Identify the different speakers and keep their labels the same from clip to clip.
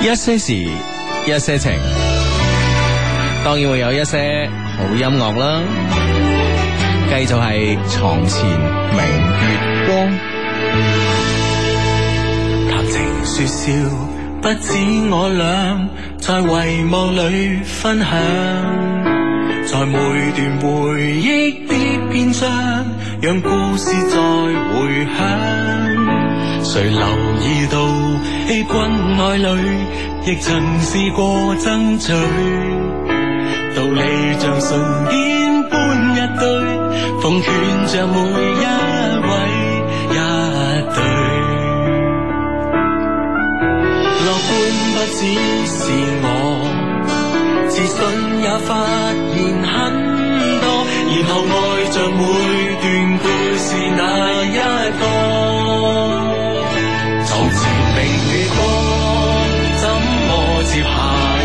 Speaker 1: 一些事，一些情，當然會有一些好音樂啦。繼續係床前明月光。
Speaker 2: 談情說笑，不止我倆，在遺忘裏分享，在每段回憶的篇章，讓故事再回響。誰留意到欺君愛侶，亦曾試過爭取，道理像唇煙般一堆，奉勸着每一位一對。樂觀不只是我，自信也發現很多，然後愛着每段故事那一個。床前明月光，怎麼接下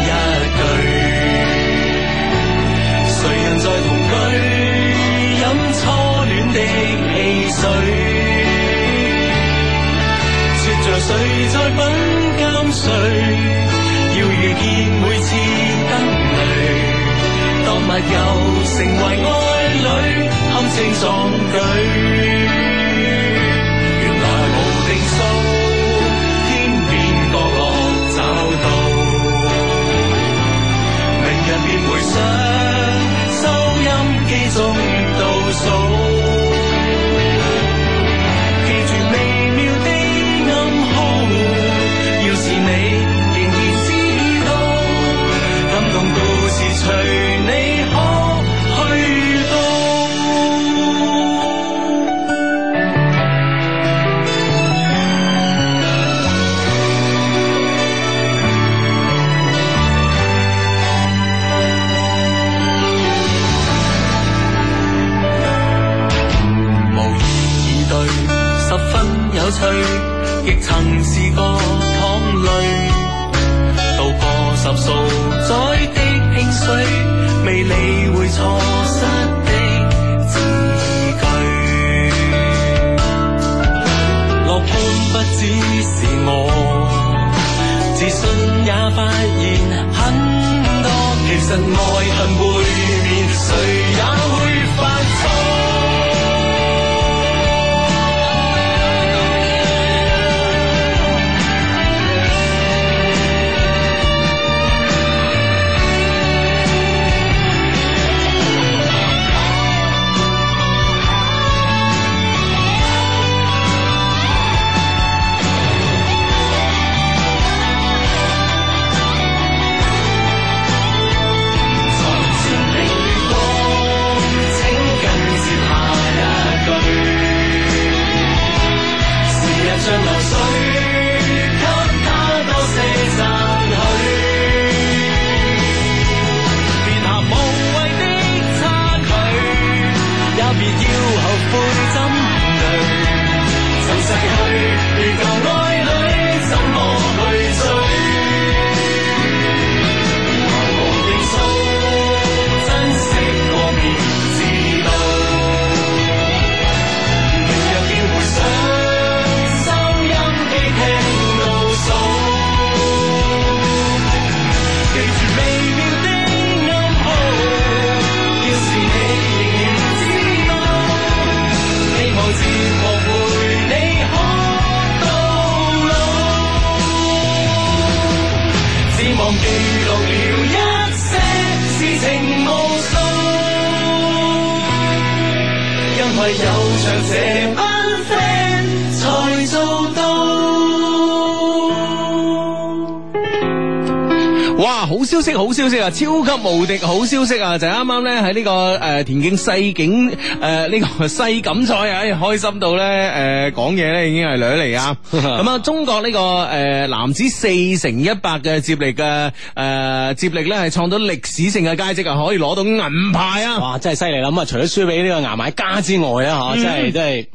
Speaker 2: 一句？誰人在同居，飲初戀的汽水？說着誰在品鑑誰，要遇見每次燈淚，當密友成為愛侶，堪稱壯舉。原來無定數，天邊角落找到，明日便回想，收音機中倒數。記住微妙的暗號，要是你仍然知道，感動故事隨你可去到。無言以對，十分有趣，亦曾試過淌淚，渡過十數載的興衰，未理會錯失的字句。樂觀不只是我，自信也發現很多。其實愛恨會面，誰也會犯錯。床前明月光，請緊接下一句。時日像流水，給他多些讚許。別談無謂的差距，也別要後悔怎對。就逝去，如舊愛侶，怎麼去追？無定數，珍惜我便知道。明日便回想，收音機聽倒數，記住微妙的暗號。要是你仍然知道，希望自學會你可到老。只望記錄了一些事情無數，因為有着這班 friend 才做到。
Speaker 1: 哇！好消息，好消息啊！超級無敵好消息啊！就係啱啱咧喺呢個誒、呃田徑世錦誒呢 個世錦賽啊，哎呀開心到咧誒講嘢咧已經係女嚟啊！咁啊，中國呢、個誒、呃男子四乘一百嘅接力嘅誒、呃接力咧係創到歷史性嘅佳績啊，可以攞到銀牌啊！
Speaker 3: 哇，真係犀利啦！咁啊，除咗輸俾呢個牙買加之外咧，
Speaker 1: 嗯
Speaker 3: 吓、真係真係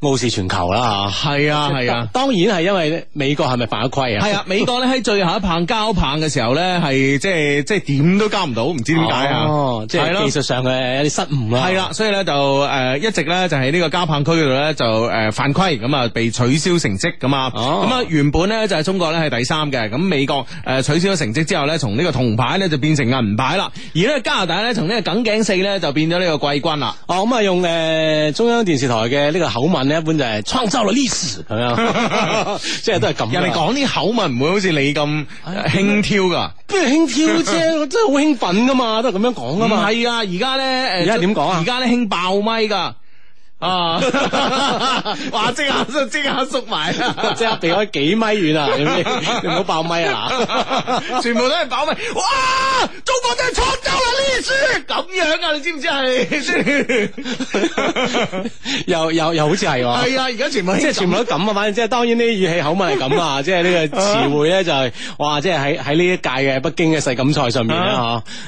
Speaker 3: 傲視全球啦，吓。
Speaker 1: 係 啊，係啊！
Speaker 3: 當然係因為美國係咪犯咗規啊？
Speaker 1: 係啊，美國咧喺最後一棒交棒嘅時候咧，係係即係即係點都交唔到，唔知點解啊？
Speaker 3: 哦，即
Speaker 1: 係
Speaker 3: 係
Speaker 1: 咯
Speaker 3: 技術上嘅有啲失誤啦。
Speaker 1: 系啦，所以咧就诶、呃一直咧就喺呢個交棒區嗰度咧就诶、呃犯規，咁啊被取消成績咁啊，
Speaker 3: 哦
Speaker 1: 咁啊、原本咧就係中國咧係第三嘅，咁美國诶、呃取消咗成績之後咧，從呢個銅牌咧就變成銀牌啦，而呢加拿大咧從呢個梗頸四咧就變咗呢個季軍啦。
Speaker 3: 哦，咁啊用誒中央電視台嘅呢個口吻咧，一般就係創造了歷史咁樣，即係都係咁啊哎啦。
Speaker 1: 人哋講啲口吻唔會好似你咁
Speaker 3: 唉
Speaker 1: 輕佻噶，
Speaker 3: 不如輕佻啫，我真係好興奮噶嘛，都係咁樣講噶
Speaker 1: 唔
Speaker 3: 嘛。
Speaker 1: 係啊！而家咧诶，
Speaker 3: 而家點講啊
Speaker 1: 而家咧興爆咪 啊噶。啊！ 哇！即刻即刻縮埋啊，
Speaker 3: 即刻避開幾米遠啊！你唔你唔好爆咪啊！
Speaker 1: 全部都係飽味。哇！中國真係創造啦呢書咁樣啊，你知唔知 係？
Speaker 3: 又又又好似係喎。
Speaker 1: 係啊，而家全部
Speaker 3: 即係全部都咁啊！反正即係當然呢啲語氣口吻係 咁啊！即係呢個詞彙咧就係、哇！即係喺喺呢一屆嘅北京嘅世錦賽上面
Speaker 1: 啊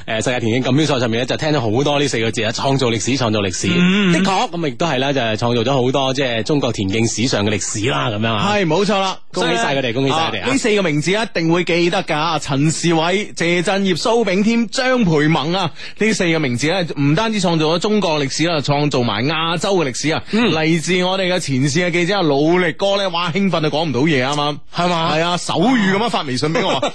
Speaker 3: 咧嚇，誒世界田徑錦標賽上面咧就聽到好多呢四個字啊！創造歷史，創造歷史，
Speaker 1: 嗯
Speaker 3: 的確咁亦都係啦，就係、創造咗好多即係中國田徑史上嘅歷史啦咁樣啊！
Speaker 1: 係冇錯啦，
Speaker 3: 恭喜晒佢哋恭喜晒佢哋啊
Speaker 1: 呢四個名字一定會記得㗎，啊陳士偉、謝振業、蘇炳添、張培萌啊，呢四個名字咧唔單止創造咗中國歷史啦，創造埋亞洲嘅歷史啊！
Speaker 3: 嗯
Speaker 1: 嚟自我哋嘅前線嘅記者啊，努力哥咧，哇興奮到講唔到嘢啊嘛，係嘛？係啊，手語咁樣發微信俾我。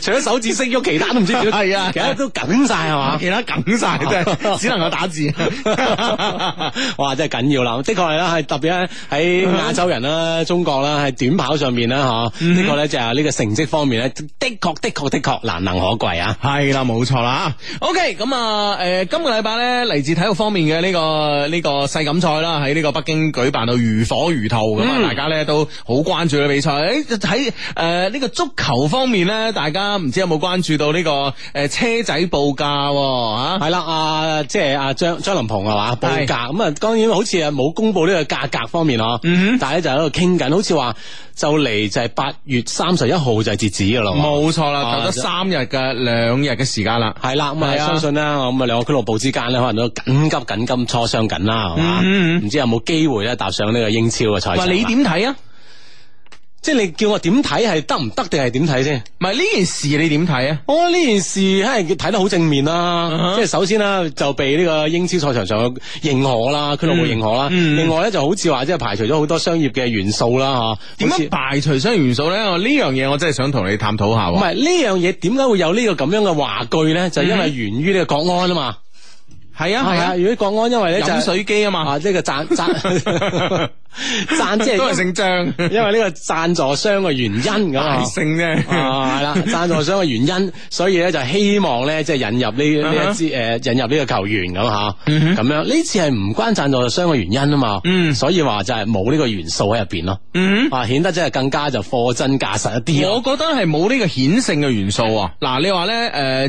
Speaker 3: 除咗手指識喐，其他都唔知點喐，
Speaker 1: 係啊
Speaker 3: 其他都緊晒係嘛？
Speaker 1: 其他梗晒真 係，只能夠打字。
Speaker 3: 哇！真係緊要啦，的確係啦，係特別咧喺亞洲人啦、中國啦，喺短跑上面啦，嚇，呢個咧就係呢個成績方面咧，的確的確的確難能可貴啊！
Speaker 1: 系啦，冇錯啦。OK，咁啊，诶、今個禮拜咧，嚟自體育方面嘅呢、個呢、個世錦賽啦，喺呢個北京舉辦到如火如荼咁啊，
Speaker 3: 嗯
Speaker 1: 大家咧都好關注嘅比賽。誒喺诶呢個足球方面咧，大家唔知有冇關注到呢、個个诶、車仔報價喎啊？
Speaker 3: 系啦，啊，即系阿張张林鹏係嘛報
Speaker 1: 係
Speaker 3: 價咁啊，當然好似啊冇公布呢個價格方面啊，但係咧就喺度傾緊，好似話就嚟就係八月三十一號就係截止噶啦，
Speaker 1: 冇錯啦，
Speaker 3: 啊
Speaker 1: 就得三日嘅兩日嘅時間啦。
Speaker 3: 係啦，咁啊
Speaker 1: 係啊
Speaker 3: 相信啦，咁啊兩個俱樂部之間咧，可能都緊急緊急磋商緊啦，係嘛，唔知有冇機會咧踏上呢個英超嘅賽
Speaker 1: 喂，
Speaker 3: 場？
Speaker 1: 你點睇啊？
Speaker 3: 即係你叫我點睇係得唔得定係點睇先？
Speaker 1: 唔係呢件事你點睇啊？
Speaker 3: 我覺得呢件事係睇得好正面啦
Speaker 1: 嗯哼
Speaker 3: 即係首先啦就被呢個英超賽場上嘅認可啦，俱樂部認可啦。
Speaker 1: 嗯
Speaker 3: 另外咧就好似話即係排除咗好多商業嘅元素啦，嚇
Speaker 1: 點
Speaker 3: 好似
Speaker 1: 樣排除商業元素咧？我呢樣嘢我真係想同你探討下喎。
Speaker 3: 唔係呢樣嘢點解會有呢個咁樣嘅話句咧？就因為源於呢個國安啊嘛。
Speaker 1: 係嗯啊係啊，
Speaker 3: 如果國安因為咧就係
Speaker 1: 飲水機啊嘛，
Speaker 3: 啊呢個贊 贊贊即
Speaker 1: 都係
Speaker 3: 係
Speaker 1: 姓 張，
Speaker 3: 因因為呢個贊助商嘅原因咁啊
Speaker 1: 大。姓啫。
Speaker 3: 啊，系啦， 贊助商嘅原因，所以咧就希望咧即係引入
Speaker 1: 嗯
Speaker 3: 呢呢一支诶引入呢個球員咁吓，咁樣呢次係唔關贊助商嘅原因啊嘛，
Speaker 1: 嗯
Speaker 3: 所以話就係冇呢個元素喺入边咯，
Speaker 1: 嗯，
Speaker 3: 啊，顯得真係更加就貨真價實一啲
Speaker 1: 我
Speaker 3: 咯。
Speaker 1: 覺得係冇呢個顯性嘅元素啊！嗱，你話咧，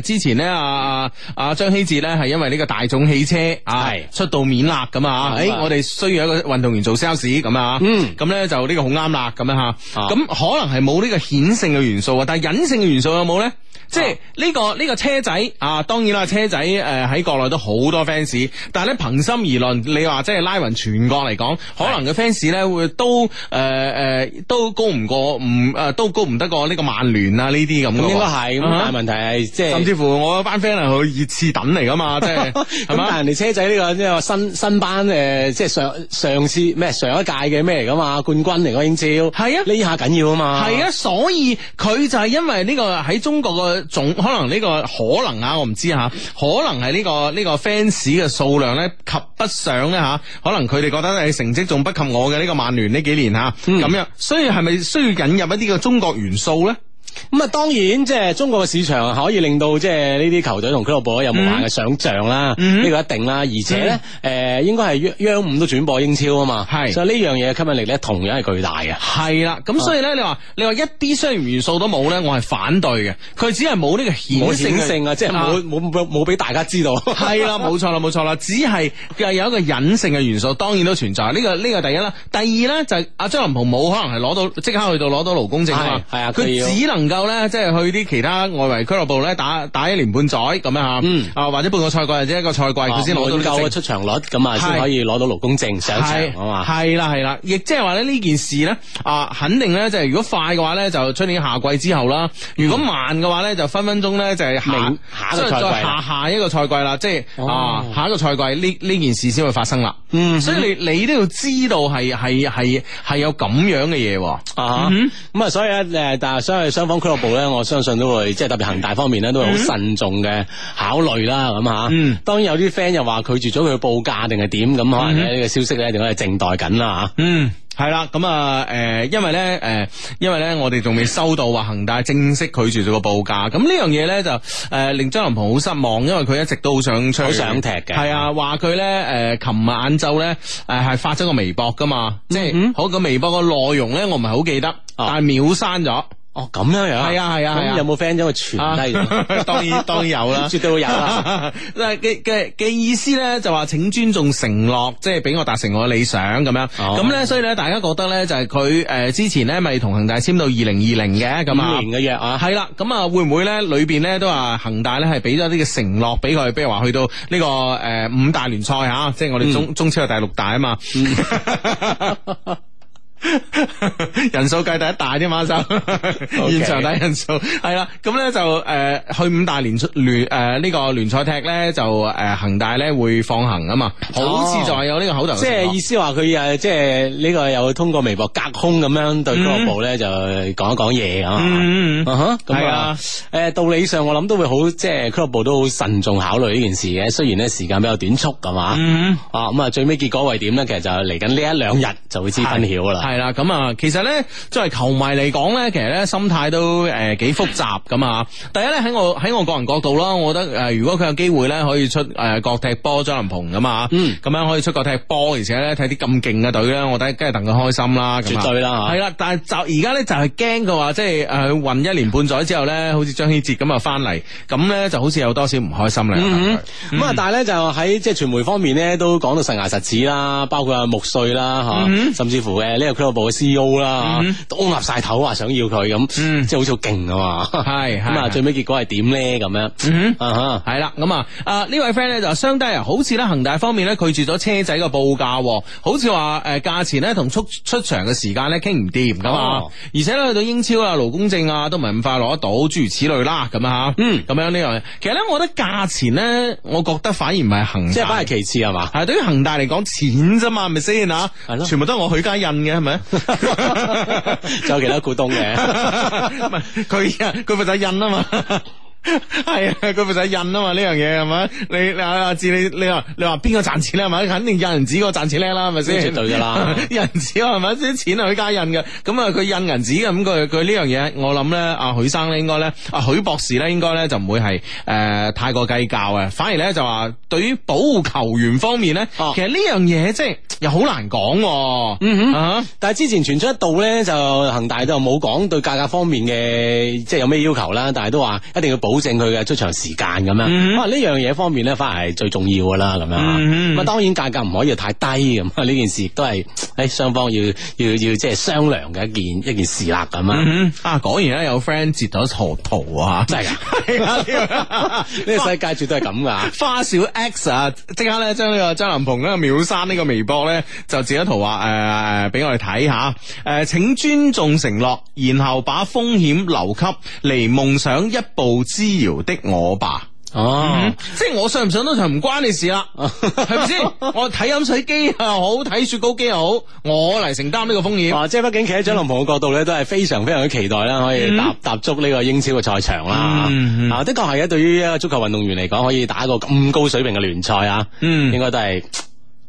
Speaker 1: 誒、之前咧，阿阿阿啊張希哲咧係因為呢個大眾汽車啊
Speaker 3: 係
Speaker 1: 出到面啦咁啊，
Speaker 3: 係
Speaker 1: 誒、我哋需要一個運動員做 sales 咁啊，
Speaker 3: 嗯
Speaker 1: 咁咧就呢個好啱啦咁樣嚇，
Speaker 3: 啊
Speaker 1: 咁、可能係冇呢個顯性嘅元素啊，但係隱性嘅元素有冇咧？即
Speaker 3: 啊
Speaker 1: 係呢、個呢、個車仔啊，當然啦，車仔誒喺國內都好多 fans，但係咧憑心而論，你話即係拉勻全國嚟講，可能嘅 fans 咧會都誒誒、呃都高唔過唔誒、呃都高唔得過呢個曼聯啊呢啲咁嘅
Speaker 3: 咁
Speaker 1: 喎。
Speaker 3: 應該係，咁
Speaker 1: 啊
Speaker 3: 但係問題係即係
Speaker 1: 甚至乎我有班 friend 係去熱刺等嚟噶嘛，即 係係
Speaker 3: 咁但
Speaker 1: 嘛？
Speaker 3: 係人哋車仔呢個即係話新新班誒，即係上上次咩上一屆嘅咩嚟噶嘛，冠軍嚟個英超，
Speaker 1: 係啊
Speaker 3: 呢下緊要啊嘛，
Speaker 1: 係啊，所以佢就係因為呢個喺中國嘅總可能呢、個可能啊，我唔知吓，可能係呢、個呢、個 fans 嘅數量咧及不上咧吓，可能佢哋覺得誒成績仲不及我嘅呢個曼聯呢幾年吓，咁、樣，所以係咪需要引入一啲嘅中國元素咧？
Speaker 3: 咁啊，當然即係中國嘅市場可以令到即係呢啲球隊同俱樂部有無限嘅想像啦，
Speaker 1: 嗯
Speaker 3: 呢個一定啦。而且咧，誒應該係央央五都轉播英超啊嘛，
Speaker 1: 係
Speaker 3: 所以呢樣嘢嘅吸引力咧同樣係巨大嘅。
Speaker 1: 係啦，咁所以咧，你話你話一啲商業元素都冇咧，我係反對嘅。佢只係冇呢個
Speaker 3: 冇
Speaker 1: 顯性
Speaker 3: 顯
Speaker 1: 嘅
Speaker 3: 性啊，即係冇冇冇冇俾大 家知道。
Speaker 1: 系啦，冇錯啦，冇錯啦，只係佢係有一個隱性嘅元素，當然都存在。呢、個呢、個第一啦，第二咧就係阿張林鵬冇可能係攞到即刻去到攞到勞工證啊嘛
Speaker 3: 係係啊
Speaker 1: 佢
Speaker 3: 佢要
Speaker 1: 只能能夠咧，即係去啲其他外圍俱樂部咧打打一年半載咁樣吓，
Speaker 3: 嗯
Speaker 1: 啊或者半個賽季或者一個賽季佢先攞到呢個
Speaker 3: 夠
Speaker 1: 證
Speaker 3: 嘅出場率，咁啊
Speaker 1: 係
Speaker 3: 先可以攞到勞工證上場
Speaker 1: 係
Speaker 3: 啊嘛。
Speaker 1: 係啦係啦，亦即係話咧呢件事咧啊，肯定咧就係如果快嘅話咧就出年夏季之後啦，如果慢嘅話咧就分分鐘咧就係
Speaker 3: 明
Speaker 1: 下
Speaker 3: 下一個賽季
Speaker 1: 再下下一個賽季啦，即係啊
Speaker 3: 哦
Speaker 1: 下一個賽季呢呢件事先會發生啦。
Speaker 3: 嗯
Speaker 1: 所以你你都要知道係係係係有咁樣嘅嘢喎。
Speaker 3: 啊，
Speaker 1: 嗯
Speaker 3: 咁啊，所以咧，诶，但系所以雙方俱樂部咧，我相信都會即係特別恒大方面咧，都會好慎重嘅考慮啦，咁吓。
Speaker 1: 嗯，
Speaker 3: 當然有啲 friend 又話拒絕咗佢報價定係點，咁可能咧呢個消息咧，仲喺度靜待緊啦啊
Speaker 1: 嗯。系啦，咁啊，诶、因為咧，诶、因為咧，我哋仲未收到話恒大正式拒絕咗個報價，咁呢樣嘢咧就诶、誒令張林鵬好失望，因為佢一直都好想出去，
Speaker 3: 好想踢嘅
Speaker 1: 係啊，話佢咧，诶、琴日晏晝咧，诶、係發咗個微博噶嘛，即係好個微博個內容咧，我唔係好記得，但係秒刪咗，
Speaker 3: 哦，咁樣樣啊
Speaker 1: 係啊係啊係啊
Speaker 3: 咁有冇 friend 將佢傳低咗？
Speaker 1: 啊當然當然有啦，
Speaker 3: 絕對會有啊啦。
Speaker 1: 嗱嘅嘅嘅意思咧，就話請尊重承諾，即係俾我達成我嘅理想咁樣。
Speaker 3: 哦
Speaker 1: 咁咧、所以咧，大家覺得咧就係佢誒之前咧咪同恒大簽到二零二零嘅咁啊
Speaker 3: 五。年嘅約啊，
Speaker 1: 係啦，咁啊會唔會咧裏邊咧都話恒大咧係俾咗呢個承諾俾佢，比如話去到呢、個誒、呃五大聯賽嚇，即係我哋
Speaker 3: 嗯
Speaker 1: 中、中超係第六大啊嘛， 人數計第一大啫 嘛，就現場睇人數係啦，咁咧就誒、呃去五大聯賽聯誒呢個聯賽踢咧就誒、呃恒大咧會放行啊嘛，好似就係有呢個口頭承諾，
Speaker 3: 哦即係意思話佢誒，即係呢個又通過微博隔空咁樣對俱樂部咧就講一講嘢咁啊。
Speaker 1: 嗯嗯嗯
Speaker 3: 啊哈咁
Speaker 1: 係
Speaker 3: 啊
Speaker 1: 啊，
Speaker 3: 誒道理上我諗都會好，即係俱樂部都好慎重考慮呢件事嘅。雖然咧時間比較短促，係嘛，
Speaker 1: 嗯。
Speaker 3: 啊咁啊，最尾結果為點咧？其實就嚟緊呢一兩日就會知分曉噶啦。
Speaker 1: 系啦，咁啊，其實咧，作為球迷嚟講咧，其實咧心態都诶几、複雜咁啊。第一咧喺我喺我個人角度啦，我覺得诶、呃如果佢有機會咧可以出诶、呃、國踢波張林鵬咁啊，
Speaker 3: 嗯
Speaker 1: 咁樣可以出國踢波，而且咧睇啲咁勁嘅隊咧，我覺得梗係等佢開心啦，咁啊
Speaker 3: 絕對啦嚇
Speaker 1: 係啦，但係就而家咧就係驚佢話即係诶混一年半載之後咧，好似張稀哲咁啊翻嚟，咁咧就好似有多少唔開心啦。
Speaker 3: 嗯哼，咁啊，但係咧就喺即係傳媒方面咧，都講到實牙實齒啦，包括阿木穗啦，吓，
Speaker 1: 嗯
Speaker 3: 甚至乎誒呢個俱樂部嘅 CEO 啦，嚇都岌晒頭話想要佢咁，
Speaker 1: 嗯
Speaker 3: 即係好似好勁啊
Speaker 1: 係
Speaker 3: 嘛。
Speaker 1: 係
Speaker 3: 咁啊，
Speaker 1: 係
Speaker 3: 最尾結果係點咧？咁樣
Speaker 1: 嗯
Speaker 3: 啊哈。
Speaker 1: 系啦，咁啊，啊呢位 friend 咧就話相低啊，好似咧恒大方面咧拒絕咗車仔嘅報價喎，好似話誒價錢咧同出出場嘅時間咧傾唔掂咁啊
Speaker 3: 哦，
Speaker 1: 而且咧去到英超啊、勞工證啊都唔係咁快攞得到，諸如此類啦，咁啊嚇，
Speaker 3: 嗯
Speaker 1: 咁樣呢樣嘢，其實咧我覺得價錢咧，我覺得反而唔係恒大，啊
Speaker 3: 即係反係其次 係嘛？
Speaker 1: 係對於恒大嚟講錢啫嘛，係咪先啊？
Speaker 3: 係咯
Speaker 1: 全部都係我許家印嘅，係 咪？
Speaker 3: 仲有其他股東嘅，
Speaker 1: 唔係佢印佢咪就係印啊嘛。係啊，佢咪就係印啊嘛呢樣嘢係咪？你你阿阿志你你話你話邊個賺錢啊咧係咪？肯定有人紙個賺錢叻啦係咪先？
Speaker 3: 絕對㗎啦
Speaker 1: 有人紙係咪？啲錢係佢家印嘅，咁啊佢印銀紙嘅咁佢佢呢樣嘢，我諗咧阿許生咧應該咧阿許博士咧應該咧就唔會係誒、呃太過計較嘅，反而咧就話對於保護球員方面咧，
Speaker 3: 哦
Speaker 1: 其實呢樣嘢即係又好難講喎。嗯哼，
Speaker 3: 但係之前傳出一度咧，就恒大就冇講對價格方面嘅即係有咩要求啦，但係都話一定要保證佢嘅出場時間咁樣。啊
Speaker 1: 嗯
Speaker 3: 可能呢樣嘢方面咧，反而係最重要噶啦咁樣。咁啊、
Speaker 1: 嗯
Speaker 3: 當然價格唔可以太低咁啊，呢件事亦都係誒雙方要要要即係商量嘅一件一件事啦咁啊。
Speaker 1: 嗯哼，啊果然咧有 friend 截咗河圖啊，
Speaker 3: 真係㗎，呢個世界絕對係咁㗎。
Speaker 1: 花小 X 啊，即刻咧將呢個張林鵬呢個秒刪呢個微博咧，就截咗圖話誒誒俾我哋睇下，誒、請尊重承諾，然後把風險留給離夢想一步之遙的我吧。
Speaker 3: 哦
Speaker 1: 嗯，即係我上唔上到場唔關你事 啦，係咪先？我睇飲水機又好，睇雪糕機又好，我嚟承擔呢個風險。
Speaker 3: 啊，即係畢竟企喺張林鵬嘅角度咧，都係非常非常之期待啦，可以踏踏足呢個英超嘅賽場啦。
Speaker 1: 嗯嗯嗯
Speaker 3: 啊，的確係嘅，對於一個足球運動員嚟講，可以打一個咁高水平嘅聯賽啊，
Speaker 1: 嗯
Speaker 3: 應該都係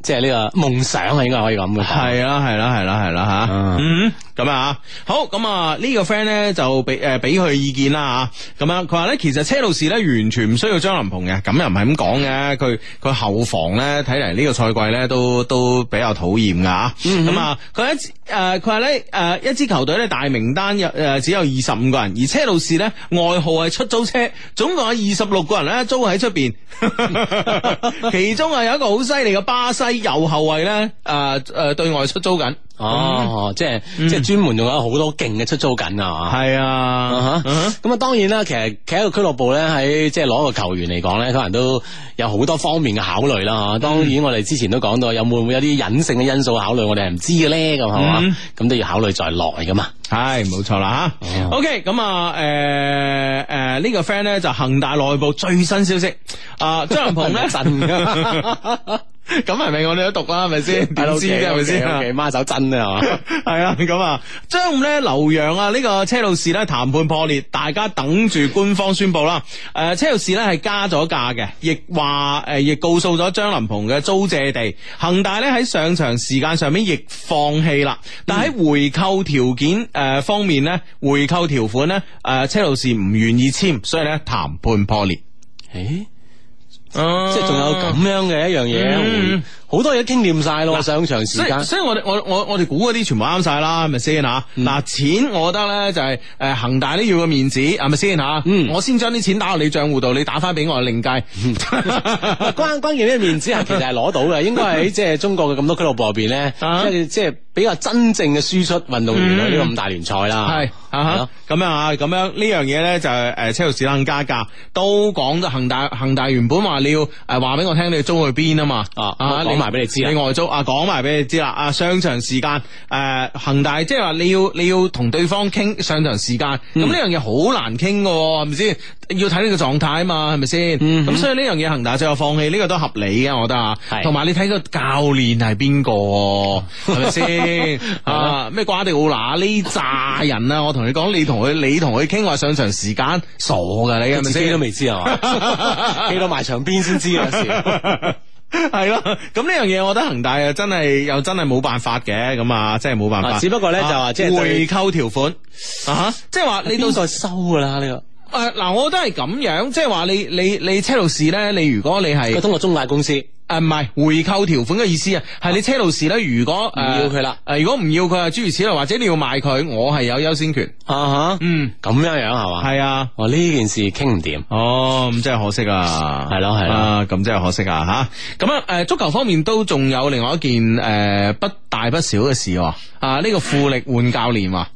Speaker 3: 即係呢個夢想啊，應該可以咁嘅。
Speaker 1: 系啦，系啊啦，系啦，系啦吓
Speaker 3: 嗯，
Speaker 1: 嗯，咁啊，好，咁啊呢個 friend 咧就俾诶俾佢意見啦吓，咁啊佢話咧其實車路士咧完全唔需要張林鵬嘅，咁又唔係咁講嘅，佢佢後防咧睇嚟呢個賽季咧都都比較討厭噶吓，咁啊佢一诶佢話咧诶一支球隊咧大名單有诶只有二十五個人，而車路士咧外號係出租車，總共有二十六個人咧租喺出邊， 啊其中啊有一個好犀利嘅巴西右後衞咧诶诶對外出租緊。
Speaker 3: 哦，即系
Speaker 1: 嗯
Speaker 3: 即系专门仲有好多勁嘅出租緊啊！
Speaker 1: 系啊
Speaker 3: 啊
Speaker 1: 嗯哼
Speaker 3: 哈咁啊，當然啦，其實企喺一個俱樂部咧，喺即係攞一個球員嚟講咧，可能都有好多方面嘅考慮啦。
Speaker 1: 嗯
Speaker 3: 嚇，當然我哋之前都講到，有會唔會有啲隱性嘅因素考慮，我哋係唔知嘅咧，咁係
Speaker 1: 嗯
Speaker 3: 嘛？咁都要考慮在內噶嘛。
Speaker 1: 系冇错啦吓
Speaker 3: 哦
Speaker 1: ，OK 咁啊，诶诶呢个 friend 咧就恒大內部最新消息， 啊張林鵬咧
Speaker 3: 震
Speaker 1: 咁係咪我哋都讀啦？係咪先？點知啫？係咪
Speaker 3: ？OK，
Speaker 1: 先？
Speaker 3: 孖手真 啊，係嘛？
Speaker 1: 系啊，咁啊，將咧劉洋啊呢個車路士咧談判破裂，大家等住官方宣布啦。诶、車路士咧係加咗價嘅，亦話诶亦告訴咗張林鵬嘅租借地，恒大咧喺上場時間上面亦放棄啦。但喺回購條件诶、呃方面咧，回購條款咧诶、呃、車路士唔願意簽，所以咧談判破裂。即
Speaker 3: 誒即係仲有咁樣嘅一樣嘢
Speaker 1: 嗯，
Speaker 3: 好多嘢傾掂晒咯，上場時
Speaker 1: 所
Speaker 3: 間
Speaker 1: 以。所以我哋我我我哋估嗰啲全部啱晒啦，係咪先吓？
Speaker 3: 嗯
Speaker 1: 嗱、錢我覺得咧就係诶恒大都要個面子，係咪先吓？
Speaker 3: 嗯
Speaker 1: 我先將啲錢打落你帳户度，你打翻俾我另計。
Speaker 3: 關關鍵呢個面子係其實係攞到嘅，應該喺即係中國嘅咁多俱樂部入邊咧，即
Speaker 1: 啊
Speaker 3: 係即係比較真正嘅輸出運動員啊去呢個五大聯賽啦。
Speaker 1: 系啊哈咁樣啊，咁樣呢樣嘢咧就係誒車路士肯加價，都講得恒大恒大原本話你要誒話俾我聽你租去邊啊嘛，
Speaker 3: 啊我講埋俾你知啊
Speaker 1: 你外租啊講埋俾你知啦，啊商場時間誒恒大即係話你要你要同對方傾上場時間，
Speaker 3: 嗯
Speaker 1: 咁呢樣嘢好難傾嘅喎，係咪先？要睇你個狀態啊嘛，係咪先？
Speaker 3: 嗯
Speaker 1: 咁所以呢樣嘢恒大最後放棄呢個都合理嘅，我覺得啊，
Speaker 3: 係
Speaker 1: 同埋你睇個教練係邊個 喎，係咪先？啊，咩瓜地奧拿呢扎人啊，我同你講，你同佢你同佢傾話上場時間傻㗎，你係咪
Speaker 3: 自己
Speaker 1: 先
Speaker 3: 都？未知啊係 嘛，企到埋牆邊先知啊 有 時。
Speaker 1: 系咯，咁呢樣嘢我覺得恒大又真係又真係冇辦法嘅，咁啊，真係冇辦法。
Speaker 3: 啊只不過呢就話即係對
Speaker 1: 回購條款啊，即係話你
Speaker 3: 你
Speaker 1: 到
Speaker 3: 都再收㗎啦呢
Speaker 1: 诶嗱，我覺得係咁樣，即係話你你你車路士咧，你如果你
Speaker 3: 個，佢
Speaker 1: 係
Speaker 3: 通過中介公司
Speaker 1: 诶啊唔係回購條款嘅意思啊，係你車路士咧，如果唔
Speaker 3: 哦唔要佢啦
Speaker 1: 诶如果唔要佢啊，諸如此類，或者你要賣佢，我係有優先權。
Speaker 3: 啊嚇，
Speaker 1: 嗯，
Speaker 3: 咁樣樣係嘛？
Speaker 1: 係啊。
Speaker 3: 哦，呢件事傾唔掂。
Speaker 1: 哦，咁真係可惜啊！
Speaker 3: 係咯係咯
Speaker 1: 啊，咁真係可惜啊！吓，咁啊，诶，足球方面都仲有另外一件诶、誒不大不小嘅事喎，啊，呢、個富力換教練喎，
Speaker 3: 啊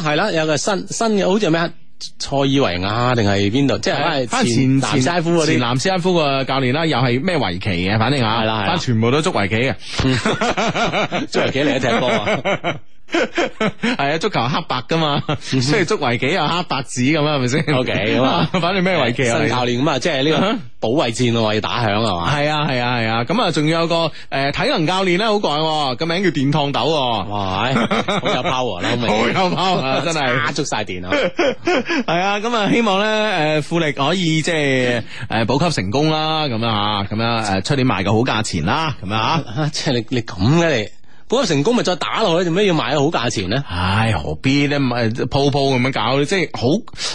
Speaker 3: 吓，係啦，有個新新嘅，好似係咩啊塞爾維亞定係邊度？即
Speaker 1: 翻
Speaker 3: 係反前南沙夫嗰
Speaker 1: 前
Speaker 3: 啲。
Speaker 1: 南斯拉夫個教練啦，又係咩圍棋嘅，反正啊，
Speaker 3: 係啦係啦嗯
Speaker 1: 反正全部都捉圍棋嘅，
Speaker 3: 捉圍棋嚟一踢波
Speaker 1: 啊！系啊，足球黑白噶嘛，所以捉圍棋又黑白子咁啊，係咪先
Speaker 3: 嗯 OK，咁啊
Speaker 1: 反正咩圍棋啊？
Speaker 3: 新
Speaker 1: 你
Speaker 3: 教練咁啊，即係呢
Speaker 1: 啊
Speaker 3: 個
Speaker 1: 哈
Speaker 3: 保衛戰咯，要打響係嘛？
Speaker 1: 系啊系啊系啊，咁啊仲有個诶體能教練咧，好怪喎，個名叫電燙豆喎，
Speaker 3: 哇，唉好有 power 啊啦，
Speaker 1: 好有包啊，真
Speaker 3: 揸
Speaker 1: 係。
Speaker 3: 足晒電啊！
Speaker 1: 係啊，咁啊，希望咧，诶，富力可以即係诶补給成功啦，咁樣吓，咁樣诶，出年賣個好價錢啦，咁樣吓，
Speaker 3: 啊，即係你你咁嘅你，保級成功咪再打落去，做咩要賣好價錢咧？
Speaker 1: 唉，何必咧？咪鋪鋪咁樣搞，即係好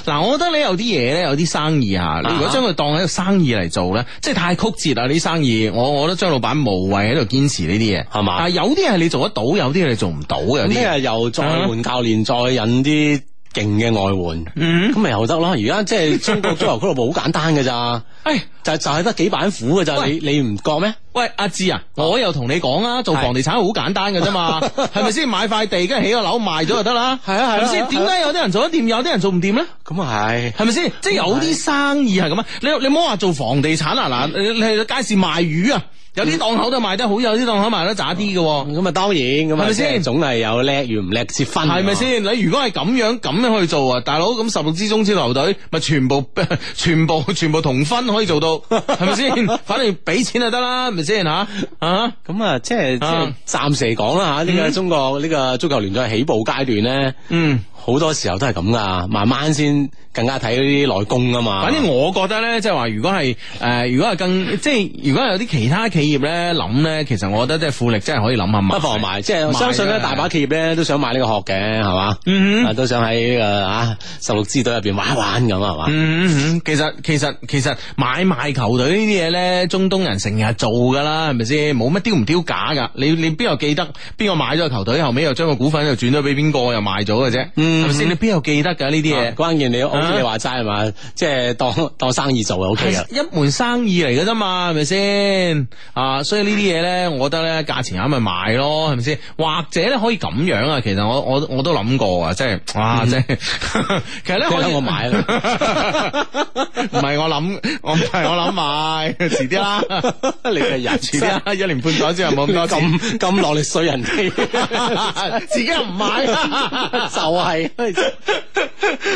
Speaker 1: 嗱。我覺得咧，有啲嘢咧，有啲生意啊，你如果將佢當係一個生意嚟做咧，即係太曲折啦。呢啲生意，我我覺得張老闆無謂喺度堅持呢啲嘢，
Speaker 3: 係嘛
Speaker 1: 但係有啲係你做得到，有啲係你做唔到嘅，有啲
Speaker 3: 咩
Speaker 1: 嘢
Speaker 3: 啊？又再換教練，再引啲勁嘅外援，
Speaker 1: 嗯
Speaker 3: 咁咪又得咯。而家即係中國足球俱樂部好簡單嘅咋，
Speaker 1: 哎，
Speaker 3: 就就係得幾板斧嘅咋，
Speaker 1: 喂
Speaker 3: 你你唔覺咩？
Speaker 1: 喂，阿志啊，我又同你講啦，做
Speaker 3: 係
Speaker 1: 房地產好簡單嘅啫 嘛，係咪先？買塊地，跟住起個樓賣咗就得啦。
Speaker 3: 係啊係啊
Speaker 1: 係咪
Speaker 3: 係
Speaker 1: 先？
Speaker 3: 啊
Speaker 1: 點解有啲人做得掂，有啲人做唔掂咧？
Speaker 3: 咁啊係。
Speaker 1: 係咪先？即係有啲生意係咁啊！你你唔好話做房地產啊，
Speaker 3: 嗯
Speaker 1: 嗱，你你去街市賣魚啊，有啲檔口就賣得好，有啲檔口賣得渣啲嘅喎。
Speaker 3: 咁啊，當然咁
Speaker 1: 係
Speaker 3: 啊，
Speaker 1: 咪
Speaker 3: 即
Speaker 1: 先
Speaker 3: 係總係有叻與唔叻之分，
Speaker 1: 係咪？先？
Speaker 3: 嗯
Speaker 1: 你如果係咁樣咁樣去做啊，大佬咁十六支中超球隊咪全部 全部全部同分可以做到，係咪先？ 反正俾錢就得啦，係咪先吓啊？
Speaker 3: 咁啊，即係即係
Speaker 1: 啊
Speaker 3: 暫時嚟講啦嚇，呢個中國呢個足球聯賽起步階段咧，
Speaker 1: 嗯。
Speaker 3: 好多時候都係咁噶，慢慢先更加睇啲內功啊嘛。
Speaker 1: 反正我覺得咧，即係話如果係誒、呃如果係更即係如果係有啲其他企業咧諗咧，其實我覺得即係富力真係可以諗下買
Speaker 3: 不妨買，即係
Speaker 1: 買
Speaker 3: 相信咧，
Speaker 1: 嘅
Speaker 3: 大把企業咧都想買呢個殼嘅，係嘛？
Speaker 1: 嗯哼
Speaker 3: 啊都想喺誒啊十六支隊入邊玩一玩咁啊係嘛？
Speaker 1: 嗯嗯嗯，其實其實其實買賣球隊呢啲嘢咧，中東人成日做噶啦，係咪先？冇乜丟唔丟假噶，你你邊個記得邊個買咗個球隊，後尾又將個股份又轉咗俾邊個，又賣咗嘅啫，
Speaker 3: 嗯
Speaker 1: 係咪先？你邊有記得㗎呢啲嘢？
Speaker 3: 關鍵你好似
Speaker 1: 啊
Speaker 3: 你話齋係嘛，即係當 當生意做就 O K 啦
Speaker 1: 係。一門生意嚟嘅啫嘛，係咪先？啊，所以呢啲嘢咧，我覺得咧，價錢啱咪買咯，係咪先？或者咧可以咁樣啊，其實我我我都諗過啊，即係哇， 即係其實咧
Speaker 3: 嗯即係
Speaker 1: 可以
Speaker 3: 等我買啦
Speaker 1: 唔係我諗，我唔係我諗買，遲啲 啦，
Speaker 3: 你嘅 人
Speaker 1: 遲啲啦，一年半載之後冇咁多錢。
Speaker 3: 咁咁落力衰人 哋，
Speaker 1: 自己又唔買，
Speaker 3: 就係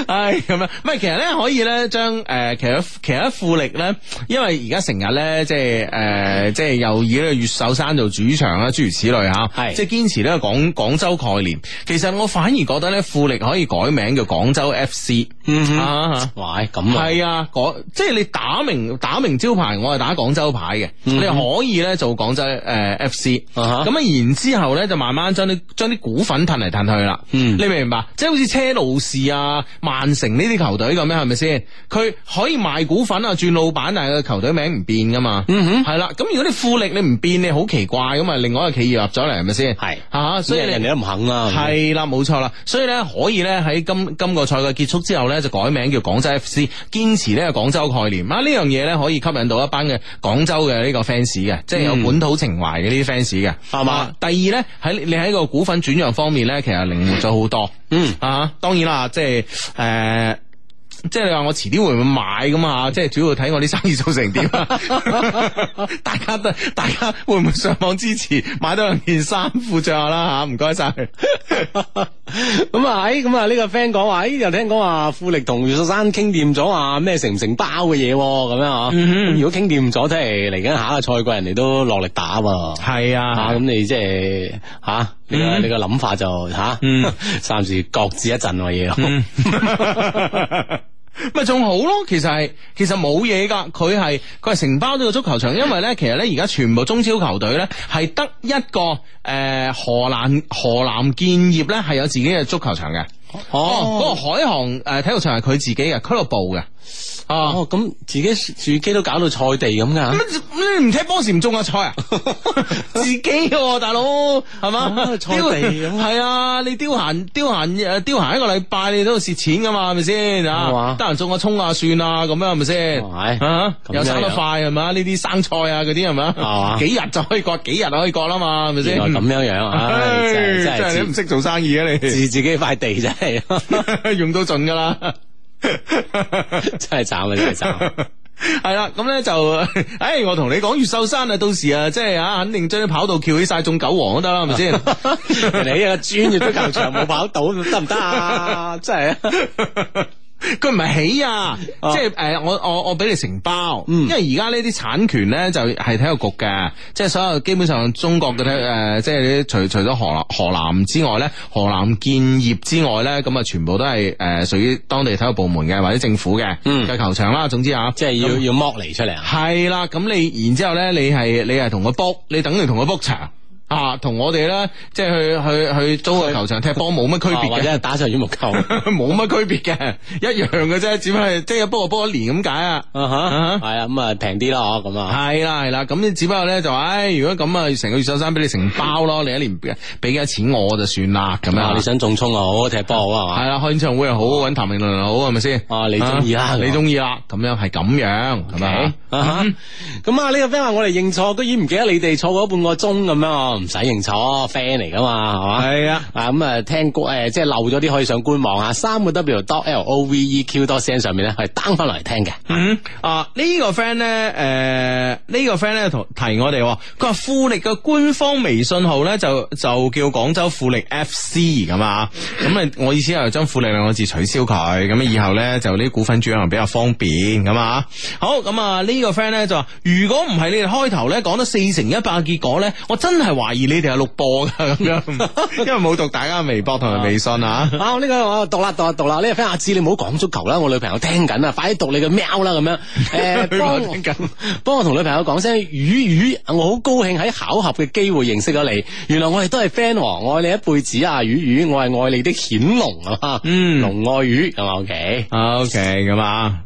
Speaker 1: 唉，咁樣，唔係其實咧可以咧將誒其實其實富力咧，因為而家成日咧即係誒、呃即係又以呢個越秀山做主場啊啦，諸如此類嚇，
Speaker 3: 係
Speaker 1: 即係堅持呢個廣廣州概念。其實我反而覺得咧富力可以改名叫廣州 FC、
Speaker 3: 嗯，
Speaker 1: 啊。
Speaker 3: 哇咁啊，
Speaker 1: 係啊，嗰即係你打明打明招牌，我係打廣州牌嘅，
Speaker 3: 嗯
Speaker 1: 你可以咧做廣州誒、呃 FC，咁
Speaker 3: 啊
Speaker 1: 啊
Speaker 3: 哈
Speaker 1: 然之後咧就慢慢將啲將啲股份褪嚟褪去啦，
Speaker 3: 嗯
Speaker 1: 你明唔明白？即係好似車路士啊、曼城呢啲球隊咁樣，係咪先？佢可以賣股份啊，轉老闆，但係個球隊名唔變噶嘛，
Speaker 3: 嗯
Speaker 1: 係啦。咁如果你富力你唔變，你好奇怪噶嘛？另外一個企業入咗嚟，係咪先？
Speaker 3: 係
Speaker 1: 啊，
Speaker 3: 所
Speaker 1: 所
Speaker 3: 以
Speaker 1: 以你
Speaker 3: 人哋都唔肯啦。
Speaker 1: 係啦，冇錯啦，所以咧可以咧喺今今個賽季結束之後咧就改名叫廣州 FC，堅持呢個廣州概念啊！呢樣嘢咧可以吸引到一班嘅廣州嘅呢個 fans 嘅，即係
Speaker 3: 嗯
Speaker 1: 有本土情懷嘅呢啲 fans 嘅，
Speaker 3: 係嘛
Speaker 1: 啊第二咧喺你喺個股份轉讓方面咧，其實靈活咗好多。
Speaker 3: 嗯
Speaker 1: 啊，當然啦，即係誒。呃即係你話我遲啲會唔會買咁啊？即係主要睇我啲生意做成點啊！ 大家都大家會唔會上網支持買多兩件衫褲着下啦啊吓？唔該 晒。
Speaker 3: 咁啊，誒，咁啊，呢個 friend 講話，誒，又聽講話富力同越秀山傾掂咗話咩成唔成包嘅嘢喎咁樣啊。咁如果傾掂咗，即係嚟緊下一個賽季，人哋都落力打喎。
Speaker 1: 係
Speaker 3: 啊，
Speaker 1: 啊
Speaker 3: 咁，你即係吓，你個
Speaker 1: 嗯
Speaker 3: 你個諗法就吓
Speaker 1: 嗯，
Speaker 3: 暫時各自一陣喎嘢。
Speaker 1: 咪仲好咯，其實係其實冇嘢噶，佢係佢係承包咗個足球場，因為咧其實咧而家全部中超球隊咧係得一個誒、呃河南河南建業咧係有自己嘅足球場嘅，哦，嗰、個海航誒、呃體育場係佢自己嘅俱樂部嘅，啊。
Speaker 3: 哦，咁自己自己都搞到菜地咁噶。
Speaker 1: 乜你唔踢波時唔中下菜 啊？自己喎，大佬係嘛
Speaker 3: 哦？菜地咁
Speaker 1: 係啊！你丟閒丟閒誒丟閒一個禮拜，你都要蝕錢噶嘛？係咪先
Speaker 3: 係
Speaker 1: 啊
Speaker 3: 嘛？
Speaker 1: 得閒種下葱啊、蒜啊咁樣係咪先？
Speaker 3: 係
Speaker 1: 啊，
Speaker 3: 咁
Speaker 1: 又
Speaker 3: 樣
Speaker 1: 生得
Speaker 3: 樣
Speaker 1: 快係嘛？呢啲生菜啊嗰啲係嘛？
Speaker 3: 嘛
Speaker 1: 幾日就可以割，幾日就可以割啦嘛？係咪
Speaker 3: 原
Speaker 1: 先？
Speaker 3: 來咁樣樣啊，唉
Speaker 1: 唉
Speaker 3: 真係
Speaker 1: 真係
Speaker 3: 真
Speaker 1: 你唔
Speaker 3: 係
Speaker 1: 識做生意啊！
Speaker 3: 自
Speaker 1: 你
Speaker 3: 自自己塊地真 係
Speaker 1: 用到盡噶啦。
Speaker 3: 真係慘啊，真係慘。
Speaker 1: 系啦，咁咧就， 诶、我同你講越秀山啊，到時啊，即係啊，肯定將啲跑道翹起晒，中九王都得啦，係咪先？
Speaker 3: 人哋呢個專業足球場冇跑到得唔 得啊？真係啊！
Speaker 1: 佢唔係起啊，
Speaker 3: 啊
Speaker 1: 即係诶、誒我我我俾你承包，
Speaker 3: 嗯
Speaker 1: 因為而家呢啲產權咧就係體育局嘅，即係所有基本上中國嘅體诶、即係除除咗河南河南之外咧，河南建業之外咧，咁啊全部都係诶屬於當地體育部門嘅或者政府嘅
Speaker 3: 嗯
Speaker 1: 嘅球場啦，總之啊，
Speaker 3: 即係要
Speaker 1: 咁
Speaker 3: 要剝離出嚟啊！
Speaker 1: 系啦，咁你然之后咧，你係你係同佢 book，你等於同佢 book 場啊，同我哋咧即係去去去租個球場踢波冇乜區
Speaker 3: 啊或
Speaker 1: 別
Speaker 3: 者
Speaker 1: 嘅
Speaker 3: 係，打上羽 毛球啊
Speaker 1: 冇乜區別嘅， 一樣嘅啫，只不過係即係 book 就 book 一年咁解啊。
Speaker 3: 哈，
Speaker 1: 啊
Speaker 3: 係啊，咁啊平啲啦，哦咁啊，
Speaker 1: 係啦係啦，咁你只不過咧就，唉，如果咁啊，成個越秀山俾你承包咯，你一年俾俾幾多錢我就算啦，咁
Speaker 3: 啊
Speaker 1: 樣
Speaker 3: 你想中衝又好，踢波又
Speaker 1: 係
Speaker 3: 好係嘛？
Speaker 1: 啦，開演唱會又好，揾譚詠麟又好，係咪先？
Speaker 3: 啊你中意啦
Speaker 1: 啊
Speaker 3: 係嘛
Speaker 1: 你中意啦，咁樣係咁樣，係咪？
Speaker 3: 啊哈咁啊呢個 friend 話我哋認錯，居然唔記得你哋錯過半個鐘咁樣啊，唔使認錯，friend 嚟噶嘛，係嘛？
Speaker 1: 係啊。
Speaker 3: 啊咁啊，聽歌誒，即係漏咗啲可以上官網啊，三個 W dot L O V E Q dot C N 上面咧，係 down 翻落嚟聽嘅。
Speaker 1: 嗯啊，呢、個 friend 咧，誒、呢、個 friend 咧同提我哋喎，佢話富力嘅官方微信號咧就就叫廣州富力 FC 咁啊，咁啊，我意思係將富力兩個字取消佢，咁啊以後咧就呢啲股份轉讓比較方便咁啊。好，咁啊呢個 friend 咧就話，如果唔係你哋開頭咧講得四成一百嘅結果咧，我真係懷疑你哋係錄播㗎咁樣，因為冇讀大家嘅微博同埋微信啊。
Speaker 3: 啊！呢、個我讀啦讀啦讀啦，呢、個 friend 阿志你唔好講足球啦，我女朋友聽緊啊，快啲讀你個喵啦咁 樣。誒、
Speaker 1: 女朋友
Speaker 3: 幫我
Speaker 1: 聽緊
Speaker 3: 幫我同女朋友講聲魚魚，啊我好高興喺巧合嘅機會認識咗你，原來我哋都係 friend 喎，我愛你一輩子啊！魚魚，我係愛你的顯龍啊嘛，
Speaker 1: 嗯
Speaker 3: 龍愛魚咁啊 OK。
Speaker 1: O K，咁 啊，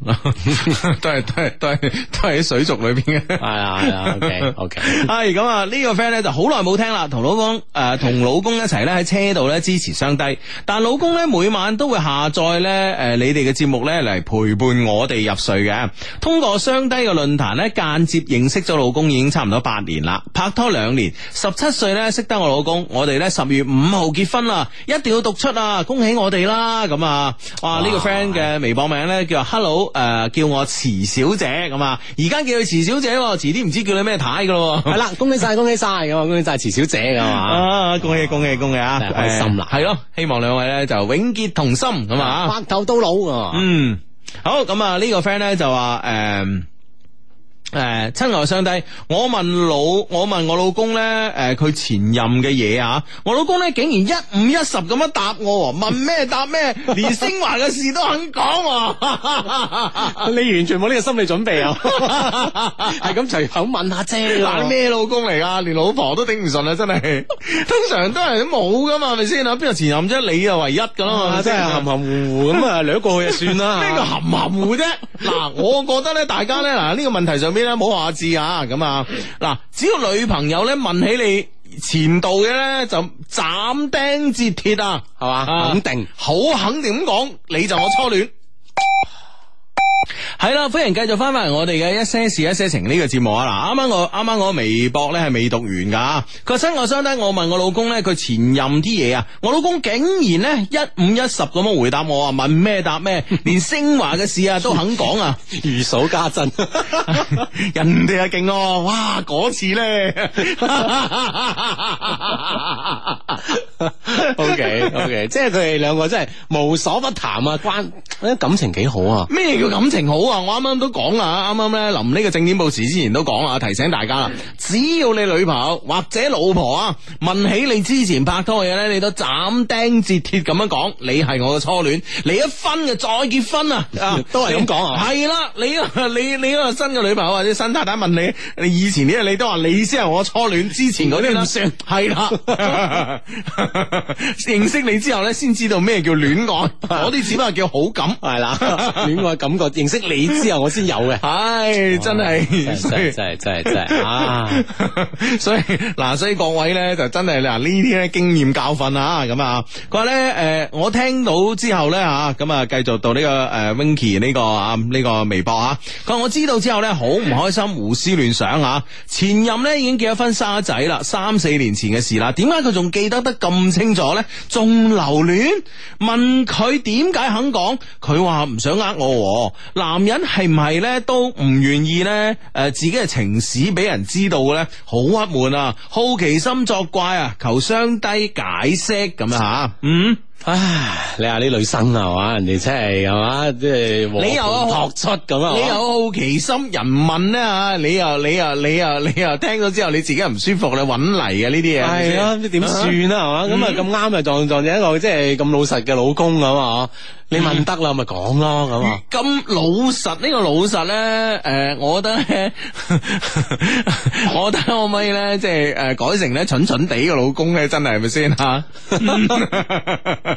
Speaker 1: 都係都係都係都係喺水族裏邊嘅。
Speaker 3: 係啊係啊，OK OK，
Speaker 1: 系咁啊！呢、個 friend 咧就好耐冇好聽啦，同老公誒同、老公一齊咧喺車度咧支持雙低，但老公咧每晚都會下載咧誒你哋嘅節目咧嚟陪伴我哋入睡嘅。通過雙低嘅論壇咧間接認識咗老公已經差唔多八年啦，拍拖兩年，十七歲咧識得我老公，我哋咧十月五號結婚啦，一定要讀出啊！恭喜我哋啦！咁啊，哇呢、個 friend 嘅微博名咧叫 Hello 誒、叫我池小姐咁啊，而家叫佢池小姐喎，遲啲唔知叫你咩太噶咯喎。
Speaker 3: 係啦，恭喜晒，恭喜晒咁啊，恭喜晒池小姐噶 嘛。
Speaker 1: 啊！恭喜恭喜恭喜啊！
Speaker 3: 真係開心啦
Speaker 1: 誒係咯，希望兩位咧就永結同心咁啊！
Speaker 3: 白頭到老啊！
Speaker 1: 嗯，好咁啊！呢個 friend 咧就話誒。誒，親愛上帝，我問老，我問我老公咧，誒、佢前任嘅嘢啊，我老公咧竟然一五一十咁樣答我喎，問咩答咩，連升華嘅事都肯講喎，
Speaker 3: 啊你完全冇呢個心理準備啊！ 係咁隨口問下啫，啊 呢
Speaker 1: 嗱
Speaker 3: 個
Speaker 1: 咩老公嚟噶？連老婆都頂唔順啦，啊真 係。通常都係冇噶嘛，係咪先啊？邊個前任啫？你啊唯一噶啦嘛，
Speaker 3: 啊，真係含含糊糊咁啊，掠過去就 算啦。啊
Speaker 1: 呢個含含糊啫。嗱，我覺得咧，大家咧嗱呢個問題上邊咧冇下字啊，咁啊嗱，只要女朋友咧問起你。前度嘅咧就斬釘截鐵啊，
Speaker 3: 係嘛
Speaker 1: 啊
Speaker 3: 肯定
Speaker 1: 好肯定咁講，你就我初戀。係啦，歡迎繼續翻返嚟我哋嘅一些事一些情呢個節目啊！嗱，啱啱我啱啱我微博咧係未讀完噶，佢親我相低，我問我老公咧佢前任啲嘢啊，我老公竟然咧一五一十咁樣回答我啊，問咩答 咩，連升華嘅事啊都肯講啊！
Speaker 3: 如數家珍，
Speaker 1: 人哋啊勁哦，哇嗰次 咧
Speaker 3: O K O K，即係佢哋兩個真係無所不談啊，關誒感情幾好啊！
Speaker 1: 咩叫感情好啊？我啱啱都講啦，啱啱咧臨呢個正點報時之前都講啦，提醒大家啦，只要你女朋友或者老婆啊問起你之前拍拖嘅嘢咧，你都斬釘截鐵咁樣講，你係我嘅初戀，離咗婚嘅再結婚啊，啊
Speaker 3: 都係咁講啊
Speaker 1: 係啦，你啊你你嗰個新嘅女朋友或者新太太問你，你以前啲嘢你都話你先係我初戀，之前嗰啲
Speaker 3: 嗰啲
Speaker 1: 啦
Speaker 3: 唔算
Speaker 1: 係啦， 認識你之後咧，先知道咩叫戀愛，嗰啲只不過叫好感。
Speaker 3: 係啦， 戀愛感覺認識你之後，我先有嘅。
Speaker 1: 唉，真係，
Speaker 3: 哦真
Speaker 1: 所
Speaker 3: 係
Speaker 1: 以
Speaker 3: 真係真係 真係啊！
Speaker 1: 所以嗱，所以各位咧就真係嗱呢啲咧經驗教訓啊，咁啊，佢話咧誒，我聽到之後咧吓，咁啊繼續到呢、個誒、Winky 呢、個啊呢、個微博啊，佢話我知道之後咧好唔開心，胡思亂想啊，前任咧已經結咗婚生咗仔啦，三四年前嘅事啦，點解佢仲記得得咁清楚咧？仲留戀？問佢點解肯講？佢話唔想呃我喎。男人係唔係咧都唔願意咧？誒、自己嘅情史俾人知道嘅咧，好鬱悶啊！好奇心作怪啊！求相低解釋咁樣吓。嗯，
Speaker 3: 唉，你話啲女生啊係嘛，人哋真係係嘛，即係和
Speaker 1: 你又
Speaker 3: 盤托出咁啊，
Speaker 1: 你有好奇心，人問咧吓，你又你又你又你又聽咗之後，你自己又唔舒服，你揾嚟嘅呢啲嘢咪
Speaker 3: 係
Speaker 1: 先
Speaker 3: 啊，點算啊？係嘛，咁啊咁啱啊撞撞正一個即係咁老實嘅老公咁啊，你問得啦咪講咯咁啊。
Speaker 1: 咁老實呢、個老實咧，誒、我覺得咧， 我覺得可唔可以咧，即係誒、改成咧蠢蠢地嘅老公咧，真係係咪先啊吓？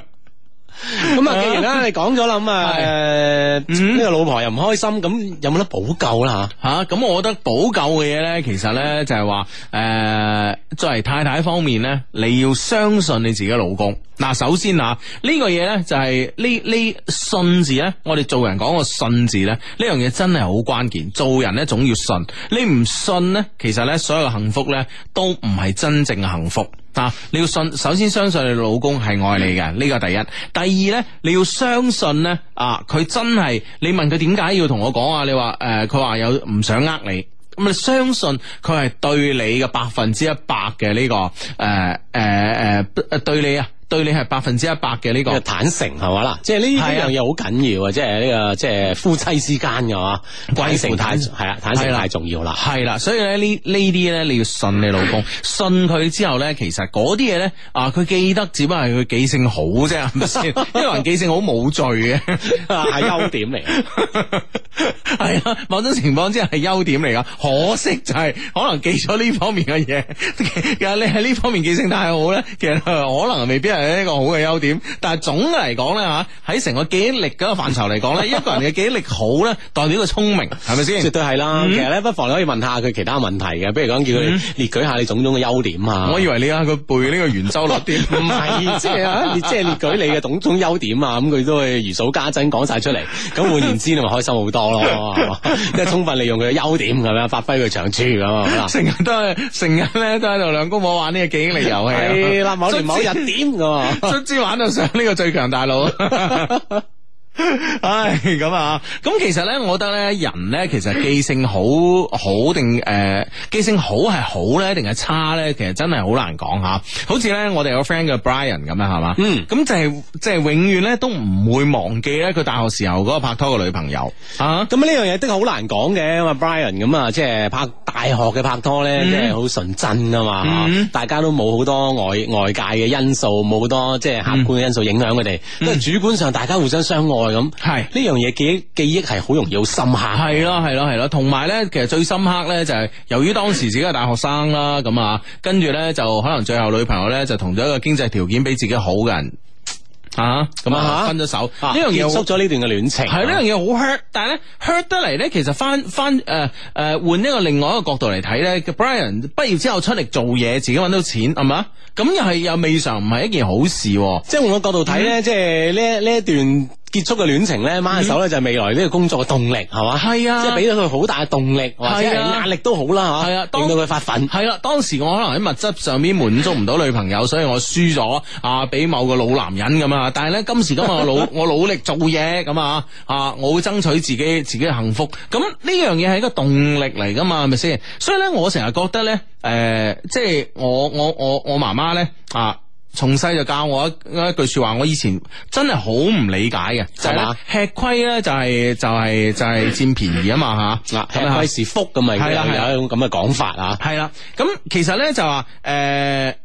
Speaker 3: 咁啊，既然啦你講咗啦，咁啊
Speaker 1: 係
Speaker 3: 誒呢個老婆又唔開心，咁有冇得補救啦
Speaker 1: 吓咁、我覺得補救嘅嘢咧，其實咧就係話誒，作為太太方面咧，你要相信你自己老公。嗱，首先啊，呢個嘢咧就係呢呢信字咧，我哋做人講個信字咧，呢樣嘢真係好關鍵。做人咧總要信，你唔信咧，其實咧所有嘅幸福咧都唔係真正嘅幸福。啊！你要信，首先相信你老公係愛你嘅，呢個第一。第二呢，你要相信呢，啊，佢真係你問佢點解要同我講啊？你話誒，呃佢、話有唔想呃你。咁你相信佢係對你嘅百分之一百嘅呢個誒誒誒，對你啊，對你係百分之一百嘅呢個
Speaker 3: 吓？呢個坦誠係嘛啦，即哦係呢呢
Speaker 1: 係啊
Speaker 3: 樣嘢好緊要啊！即係呢個即係夫妻之間嘅嘛，
Speaker 1: 坦
Speaker 3: 坦
Speaker 1: 誠
Speaker 3: 誠太嗯係啊，坦
Speaker 1: 係
Speaker 3: 誠
Speaker 1: 啦
Speaker 3: 太重要 啦。
Speaker 1: 係啦，所以咧呢呢啲咧，你要信你老公，信佢之後咧，其實嗰啲嘢咧，啊，佢記得只不過係佢記性好啫，係咪 先？因為人記性好冇罪嘅，
Speaker 3: 係啊優點嚟 嘅，
Speaker 1: 係啦，某種情況之下係優點嚟噶，可惜就係可能記咗呢方面嘅嘢，其實你喺呢方面記性太好咧，其實可能未必係係一個好嘅優點。但係總嘅嚟講咧吓，喺成個記憶力嗰個範疇嚟 講咧，一個人嘅記憶力好咧，代表佢聰明，係咪
Speaker 3: 絕
Speaker 1: 先？
Speaker 3: 對係啦，其實咧不妨你可以問下佢其他問題嘅，比如講叫佢列舉下你種種嘅優點啊。
Speaker 1: 我以為你啊，佢背呢個圓周率添，
Speaker 3: 唔係， 即係啊，你即係列舉你嘅種種優點啊，咁佢都會如數家珍講晒出嚟。咁換言之，你咪開心好多咯，係 嘛？即係充分利用佢嘅優點咁樣，發揮佢長處咁啊。
Speaker 1: 成日都係成日咧都喺度兩公婆玩呢個記憶力遊戲
Speaker 3: 係
Speaker 1: 啊。
Speaker 3: 啦，某年某日點 咁啊？
Speaker 1: 卒之玩到上呢個最強大佬。 唉，咁啊，咁其實咧，我覺得咧，人咧，其實記性好好定誒、呃記性好係好咧，定係差咧，其實真係好難講吓。好似咧，我哋有個 friend 叫 Brian 咁樣啊係嘛，
Speaker 3: 嗯
Speaker 1: 咁就係即係永遠咧都唔會忘記咧佢大學時候嗰個拍拖嘅女朋友啊。
Speaker 3: 咁呢樣嘢的確好難講嘅，咁啊 Brian 咁啊，即係拍大學嘅拍拖咧，即係好純真啊嘛，
Speaker 1: 嗯
Speaker 3: 大家都冇好多外外界嘅因素，冇好多即係客觀嘅因素影響佢哋，都係主觀上大家互相相愛咁。
Speaker 1: 嗯係
Speaker 3: 呢樣嘢記憶記憶係好容易好深刻。啊
Speaker 1: 係咯，係咯，係咯，同埋咧，其實最深刻咧就係由於當時自己係大學生啦，咁啊，跟住咧就可能最後女朋友咧就同咗一個經濟條件比自己好嘅人啊，咁啊
Speaker 3: 啊
Speaker 1: 分咗手，呢
Speaker 3: 啊
Speaker 1: 樣嘢
Speaker 3: 結
Speaker 1: 好
Speaker 3: 束咗呢段嘅戀情，啊
Speaker 1: 係呢樣嘢好 hurt，但係咧 hurt 得嚟咧，其實翻翻誒誒呃換一個另外一個角度嚟睇咧，Brian 畢業之後出嚟做嘢，自己揾到錢係嘛，咁又係又未嘗唔係一件好事喎。
Speaker 3: 即係換個角度睇
Speaker 1: 嗯
Speaker 3: 咧，即係呢呢一段結束嘅戀情咧，掹手咧就係未來呢個工作嘅動力，係嘛？
Speaker 1: 係啊
Speaker 3: 即係俾咗佢好大嘅動力，或者係
Speaker 1: 係啊
Speaker 3: 壓力都好啦，
Speaker 1: 係啊
Speaker 3: 嚇，
Speaker 1: 當
Speaker 3: 令到佢發奮。
Speaker 1: 係啦，當時我可能喺物質上面滿足唔到女朋友，所以我輸咗啊，俾某個老男人咁啊。但係咧，今時今日我努 我努力做嘢咁啊，啊，我會爭取自己自己嘅幸福。咁呢樣嘢係一個動力嚟噶嘛，係咪先？所以咧，我成日覺得咧，誒、即係我我我我媽媽咧啊。從細就教我一一句説話，我以前真係好唔理解嘅，就係
Speaker 3: 係
Speaker 1: 咧
Speaker 3: 嘛
Speaker 1: 吃虧咧就係就係就係佔便宜啊嘛嚇，
Speaker 3: 嗱，吃
Speaker 1: 咁啊
Speaker 3: 虧是福咁啊，
Speaker 1: 係啦係啦
Speaker 3: 有有一種咁嘅講法啊。
Speaker 1: 系啦，咁其實咧就話诶。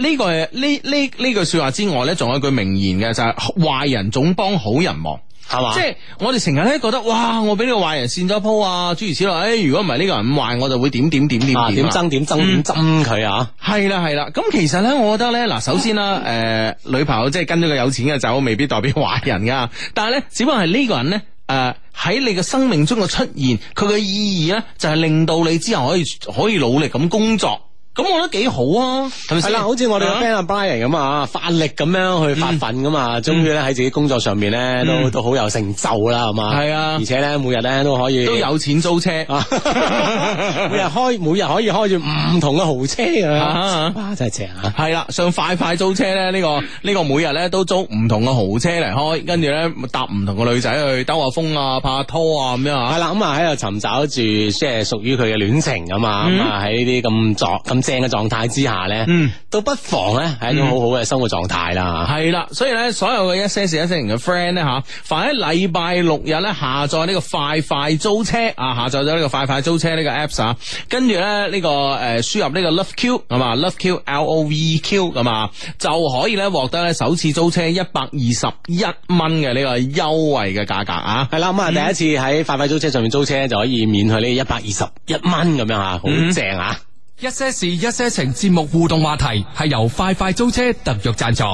Speaker 1: 誒呢、個呢呢呢句说話之外咧，仲有一句名言嘅就係壞人總幫好人忙，
Speaker 3: 係嘛
Speaker 1: 即係我哋成日咧覺得哇，我俾呢個壞人跣咗鋪啊，諸如此類。誒，如果唔係呢個人咁壞，我就會點點點點
Speaker 3: 啊，
Speaker 1: 點
Speaker 3: 點
Speaker 1: 啊
Speaker 3: 爭點爭點爭佢啊！
Speaker 1: 係啦係啦，咁其實咧，我覺得咧，嗱，首先 啦，誒、女朋友即係跟咗個有錢嘅走，未必代表壞人噶，但係咧，只不過係呢個人咧，誒、喺你嘅生命中嘅出現，佢嘅意義咧，就係、令到你之後可以可以努力咁工作，咁我覺得幾好啊，係咪
Speaker 3: 係
Speaker 1: 先？
Speaker 3: 啦，好似我哋
Speaker 1: 啊
Speaker 3: 嘅 friend 阿 Brian 咁啊，發力咁樣去發奮咁
Speaker 1: 嗯
Speaker 3: 啊，終於咧喺自己工作上面咧都都好有成就啦，係嘛？
Speaker 1: 係啊
Speaker 3: 而且咧每日咧都可以
Speaker 1: 都有錢租車。
Speaker 3: 啊！ 每日開每日可以開住唔同嘅豪車
Speaker 1: 啊
Speaker 3: 啊！哇，真係正啊！
Speaker 1: 係啦，上快快租車咧，呢、個呢、個每日咧都租唔同嘅豪車嚟開，跟住咧搭唔同嘅女仔去兜下風啊、拍下拖啊咁樣啊
Speaker 3: 係。啦，咁啊喺度尋找住即係屬於佢嘅戀情咁啊，咁啊喺呢啲咁狀咁正嘅狀態之下咧，
Speaker 1: 嗯
Speaker 3: 都不妨咧係一種好好嘅生活狀態啦。
Speaker 1: 系啊啦，所以咧，所有嘅一些事一些情嘅 friend 咧吓，凡喺禮拜六日咧下載呢個快快租車啊，下載咗呢個快快租車呢個 apps 啊，跟住咧呢個诶輸入呢個 love q 咁啊，love q l o v E q 咁啊，就可以咧獲得咧首次租車一百二十一蚊嘅呢個優惠嘅價格啊！
Speaker 3: 係啦，咁啊第一次喺快快租車上面租車就可以免去呢一百二十一蚊咁樣吓，好
Speaker 1: 嗯
Speaker 3: 正啊！
Speaker 4: 一些事一些情節目互動話題係由快快租車特約贊助。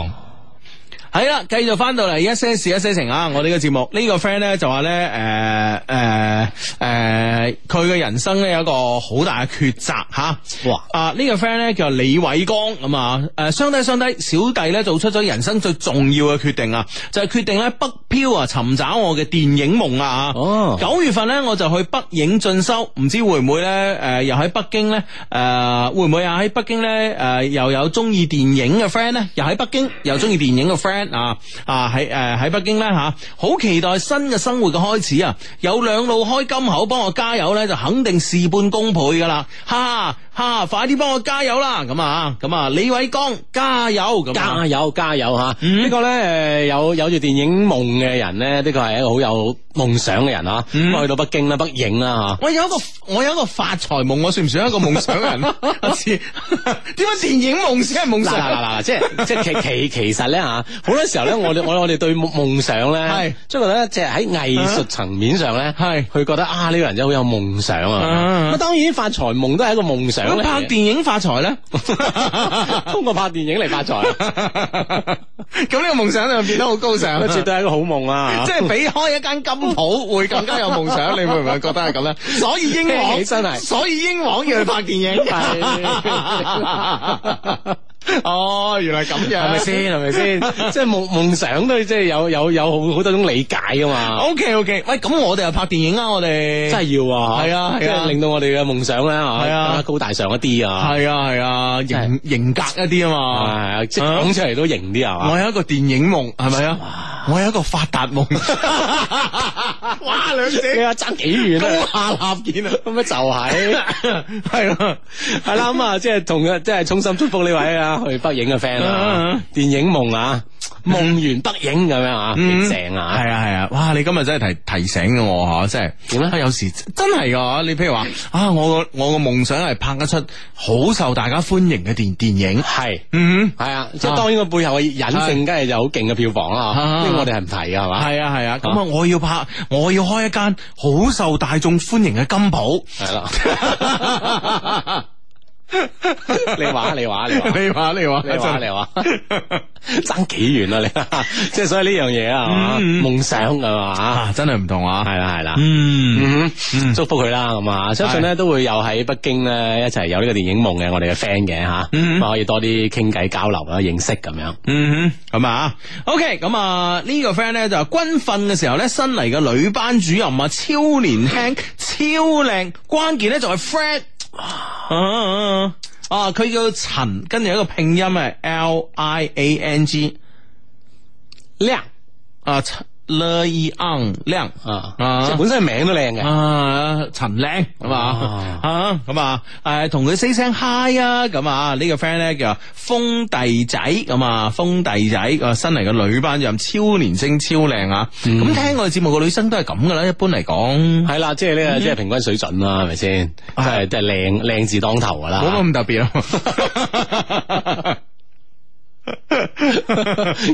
Speaker 1: 係啦，繼續翻到嚟一些事一些情啊！我哋嘅節目呢、個 friend 咧就話咧，诶诶诶，呃佢、嘅人生咧有一個好大嘅抉擇吓。
Speaker 3: 哇
Speaker 1: 啊，呢、個 friend 咧叫李偉剛咁啊，诶、相低相低，小弟咧做出咗人生最重要嘅決定啊，就係決定咧北漂啊，尋找我嘅電影夢啊。
Speaker 3: 哦
Speaker 1: 九月份咧我就去北影進修，唔知會唔會咧诶、呃又喺北京咧诶、呃、会唔會啊喺北京咧诶、呃又有中意電影嘅 friend 咧，又喺北京又中意電影嘅 friend 啊啊喺诶喺北京咧吓，好、期待新嘅生活嘅開始啊！有兩路開金口幫我加油咧，就肯定事半功倍噶啦，哈哈哈！快啲幫我加油啦！咁啊咁啊，李偉剛加油咁啊
Speaker 3: 加！油加油吓！
Speaker 1: 嗯
Speaker 3: 呢個咧誒有有住電影夢嘅人咧，的確係一個好有夢想嘅人吓。
Speaker 1: 嗯
Speaker 3: 咁啊去到北京啦、北影啦
Speaker 1: 我有一個我有一個發財夢，我算唔算一個夢想 人啊？阿志 點解電影夢先係夢
Speaker 3: 吓。嗱
Speaker 1: 想？
Speaker 3: 嗱嗱嗱，即係 即係其其其實咧吓，好多時候咧，我哋我我哋對夢夢想
Speaker 1: 係
Speaker 3: 咧，即係覺得即係喺藝術層面上咧，
Speaker 1: 係
Speaker 3: 佢覺得啊呢個人真係好有夢想
Speaker 1: 啊
Speaker 3: 啊。咁當然發財夢都係一個夢想啊
Speaker 1: 咁
Speaker 3: 嚟
Speaker 1: 拍
Speaker 3: 嘅，
Speaker 1: 電影發財咧？
Speaker 3: 啊通過拍電影嚟發財。
Speaker 1: 咁呢個夢想就變得好高 尚啦，
Speaker 3: 絕對係一個好夢啊！
Speaker 1: 即係比開一間金鋪會更加有夢想，你會唔會覺得係咁咧？ 所以英皇
Speaker 3: 聽起身係
Speaker 1: 所以英皇要去拍電 影。哦，原來咁樣，
Speaker 3: 係咪先？係咪 先？即係夢夢想都即係有有有好好多種理解噶嘛，
Speaker 1: ？O K O K，喂，咁我哋又拍電影啊，我哋
Speaker 3: 真係要啊！
Speaker 1: 係啊係啊
Speaker 3: 即係令到我哋嘅夢想咧
Speaker 1: 係啊
Speaker 3: 嚇更加高大上一啲啊！
Speaker 1: 係啊係啊，型型格一啲啊
Speaker 3: 係
Speaker 1: 嘛。
Speaker 3: 啊，即係講出嚟都型啲啊！
Speaker 1: 我有一個電影夢，係咪啊？我有一個發達夢。哇，兩
Speaker 3: 你
Speaker 1: 者
Speaker 3: 話爭幾遠啊？
Speaker 1: 高下立見啊！
Speaker 3: 咁咪就係
Speaker 1: 係咯，
Speaker 3: 係啦，咁啊，即係同即係衷心祝福呢位啊去北影嘅 friend 啊
Speaker 1: 嗯，
Speaker 3: 電影夢啊，夢完北影咁樣啊，
Speaker 1: 嗯
Speaker 3: 幾正啊！
Speaker 1: 係啊係啊，哇！你今日真係提提醒咗我吓，真係
Speaker 3: 點咧
Speaker 1: 啊有時真係噶，你譬如話啊，我個我個夢想係拍一出好受大家歡迎嘅電電影。
Speaker 3: 係
Speaker 1: 嗯
Speaker 3: 係啊，即係當然個背後嘅隱性，梗係有好勁嘅票房啦，
Speaker 1: 啊
Speaker 3: 呢個我哋係唔提嘅係
Speaker 1: 哼，
Speaker 3: 嘛？
Speaker 1: 係啊係啊，咁啊，我要拍，我要開一間好受大眾歡迎嘅金鋪。
Speaker 3: 係啦。你話你話你 話
Speaker 1: 你話你話
Speaker 3: 你話你話，爭幾遠啊你？即係所以呢樣嘢啊，係嘛
Speaker 1: 嗯嗯
Speaker 3: 夢想㗎嘛，
Speaker 1: 啊，真係唔同啊。
Speaker 3: 係啦係啦。
Speaker 1: 嗯，
Speaker 3: 嗯哼，祝福佢啦，咁啊，相信咧都會有喺北京咧一齊有呢個電影夢嘅我哋嘅 friend 嘅吓，
Speaker 1: 嗯
Speaker 3: 咁啊可以多啲傾偈交流啦，認識咁樣。
Speaker 1: 嗯哼，咁啊，OK，咁啊呢個 friend 咧就話軍訓嘅時候咧，新嚟嘅女班主任啊，超年輕，超靚，關鍵咧就係 Fred 啊啊，佢叫陳，跟住一個拼音係 L I A N G
Speaker 3: 靚
Speaker 1: 啊，l i ang 靚
Speaker 3: 啊，
Speaker 1: 啊
Speaker 3: 即係本身名都靚嘅，
Speaker 1: 啊，陳靚咁啊，啊咁啊，誒同佢 say 聲 hi 啊，咁啊呢個 friend 咧叫風弟仔咁啊，風弟仔個新嚟嘅女班任超年青超靚啊，
Speaker 3: 嗯
Speaker 1: 咁聽我哋節目嘅女生都係咁噶啦，一般嚟講，
Speaker 3: 係啦，即係呢
Speaker 1: 嗯
Speaker 3: 個即係平均水準啦，係咪先？即係即係靚靚字當頭噶啦，
Speaker 1: 冇乜咁特別啊。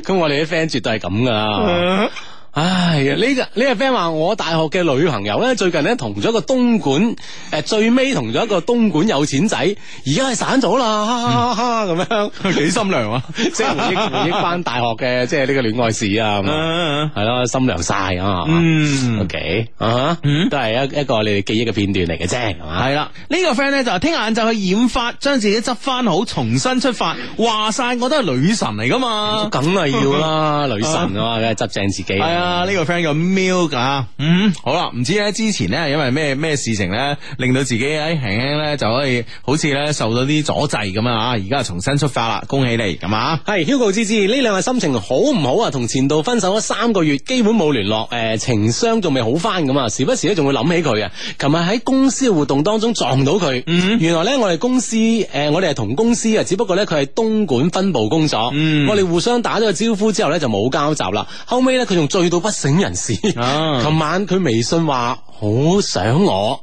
Speaker 3: 咁我哋啲 friend 絕對係咁噶
Speaker 1: 啊
Speaker 3: 啦。唉，呢個呢個 friend 話我大學嘅女朋友咧，最近咧同咗一個東莞誒，最尾同咗一個東莞有錢仔，而家係散咗啦，哈哈哈咁樣。
Speaker 1: 幾心涼啊！
Speaker 3: 即係回憶回憶翻大學嘅即係呢個戀愛史啊，咁啊係咯，心涼晒啊。
Speaker 1: 嗯
Speaker 3: O K 啊，
Speaker 1: 嗯
Speaker 3: 都係一一個你哋記憶嘅片段嚟嘅啫，係嘛？
Speaker 1: 係啦，呢、個 friend 咧就係聽日晏晝去染髮，將自己執翻好，重新出發。話晒我都係女神嚟噶嘛，
Speaker 3: 梗係啊要啦， 女神啊嘛，梗係執正自己。
Speaker 1: 系啊，呢、個 friend 叫 milk 啊，嗯，好啦，唔知咧之前咧，因為咩咩事情咧，令到自己喺輕輕咧就可以好似咧受到啲阻滯咁啊，而家重新出發啦，恭喜你咁啊！
Speaker 3: 係 Hugo 芝芝呢兩日心情好唔好啊？同前度分手咗三個月，基本冇聯絡，誒、情商仲未好翻咁啊！時不時咧仲會諗起佢啊。琴日喺公司嘅活動當中撞到佢，
Speaker 1: 嗯
Speaker 3: 原來咧我哋公司誒、我哋係同公司啊嘅，只不過咧佢係東莞分部工作，
Speaker 1: 嗯
Speaker 3: 我哋互相打咗個招呼之後咧就冇交集啦。後尾咧佢仲醉到不省人事， 琴、
Speaker 1: 啊
Speaker 3: 晚佢微信話好想我。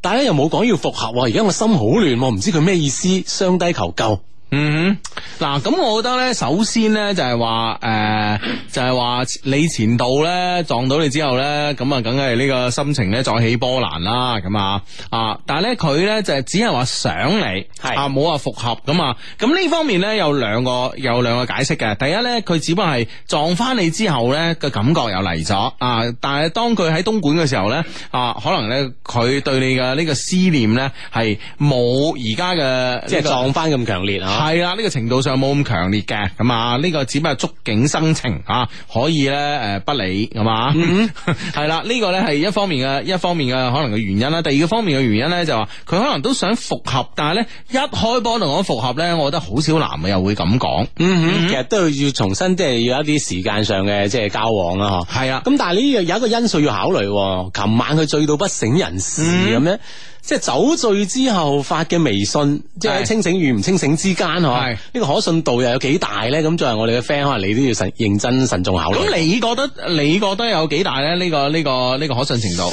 Speaker 3: 但係咧又冇講要復合喎，而家我心好亂喎，唔知佢咩意思，雙低求救。
Speaker 1: 嗯哼，嗱，咁我覺得咧，首先咧就係話，誒、就係、話你前度咧撞到你之後咧，咁啊，梗係呢個心情咧再起波瀾啦，咁啊，啊，但係咧佢咧就係只係話想你，
Speaker 3: 係
Speaker 1: 啊，冇話復合咁啊，咁呢方面咧有兩個有兩個解釋嘅，第一咧佢只不過係撞翻你之後咧個感覺又嚟咗啊，但係當佢喺東莞嘅時候咧，啊，可能咧佢對你嘅呢個思念咧係冇而家嘅
Speaker 3: 即係
Speaker 1: 呢個
Speaker 3: 撞翻咁強烈啊！
Speaker 1: 係啦，呢、個程度上冇咁強烈嘅，咁啊呢個只不過觸景生情啊，可以咧誒、呃不理咁啊， 係啦、呢個咧係一方面嘅一方面嘅可能嘅原因啦，第二個方面嘅原因咧就話佢可能都想復合，但係咧一開波同我復合咧，我覺得好少男嘅又會咁講，
Speaker 3: 嗯哼，其實都要重新即係要一啲時間上嘅即係交往啦，嗬。
Speaker 1: 係啊，
Speaker 3: 咁但係呢樣有一個因素要考慮喎，琴晚佢醉到不省人事
Speaker 1: 嗯
Speaker 3: 咁樣，即係酒醉之後發嘅微信，即係喺
Speaker 1: 係
Speaker 3: 清醒與唔清醒之間，嗬
Speaker 1: 係，
Speaker 3: 呢個可信度又有幾大咧？咁作為我哋嘅 friend，可能你都要慎認真慎重考慮。
Speaker 1: 咁你覺得你覺得有幾大咧？呢、個呢、個呢、個可信程度？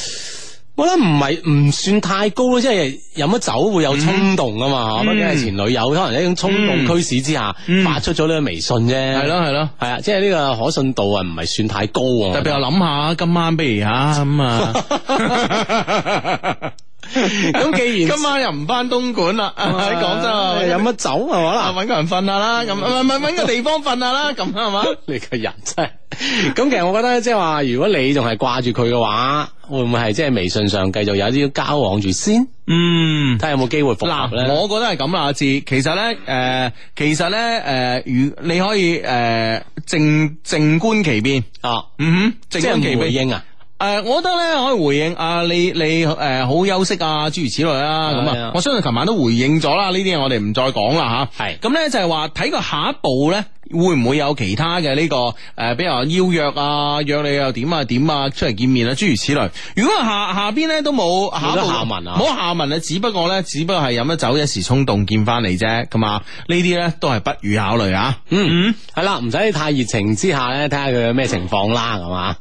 Speaker 3: 我覺得唔係唔算太高咯，即係飲咗酒會有衝動啊嘛，
Speaker 1: 嗯
Speaker 3: 畢竟係前女友，可能一種衝動驅使之下發出咗呢個微信啫。
Speaker 1: 係咯係咯。
Speaker 3: 系啊，即係呢個可信度啊，唔係算太高
Speaker 1: 哦
Speaker 3: 啊。
Speaker 1: 特別我諗下今晚，不如吓咁啊，
Speaker 3: 咁既然
Speaker 1: 今晚又唔翻東莞啦，喺廣州啊
Speaker 3: 有乜酒係嘛
Speaker 1: 啊
Speaker 3: 啦？
Speaker 1: 揾個人瞓下啦，咁唔唔揾個地方瞓下啦，咁係嘛？
Speaker 3: 你個人真係咁，其實我覺得即係話，如果你仲係掛住佢嘅話，會唔會係即係微信上繼續有啲交往住先，
Speaker 1: 嗯。
Speaker 3: 睇下有冇機會復合咧？
Speaker 1: 嗱，我覺得係咁啦，阿志。其實咧，誒、其實咧，誒、如你可以誒、靜靜觀其變，
Speaker 3: 啊，
Speaker 1: 嗯哼，
Speaker 3: 即
Speaker 1: 靜觀其
Speaker 3: 係回
Speaker 1: 變。
Speaker 3: 應啊，
Speaker 1: 誒、呃我覺得咧可以回應啊，你你誒、好休息啊，諸如此類啦。咁
Speaker 3: 係啊
Speaker 1: 啊，我相信琴晚都回應咗啦，呢啲嘢我哋唔再講啦吓。
Speaker 3: 係
Speaker 1: 咁咧就係話睇個下一步咧，會唔會有其他嘅呢、個誒、比如話邀約啊，約你又點啊點啊，出嚟見面啊，諸如此類。如果下下邊咧都冇下一步
Speaker 3: 冇得下文啊
Speaker 1: 冇下文啊，只不過咧，只不過係飲咗酒一時衝動見翻嚟啫，咁啊，呢啲咧都係不予考慮啊。
Speaker 3: 嗯，係啦，唔使太熱情之下咧，睇下佢有咩情況啦，係嘛？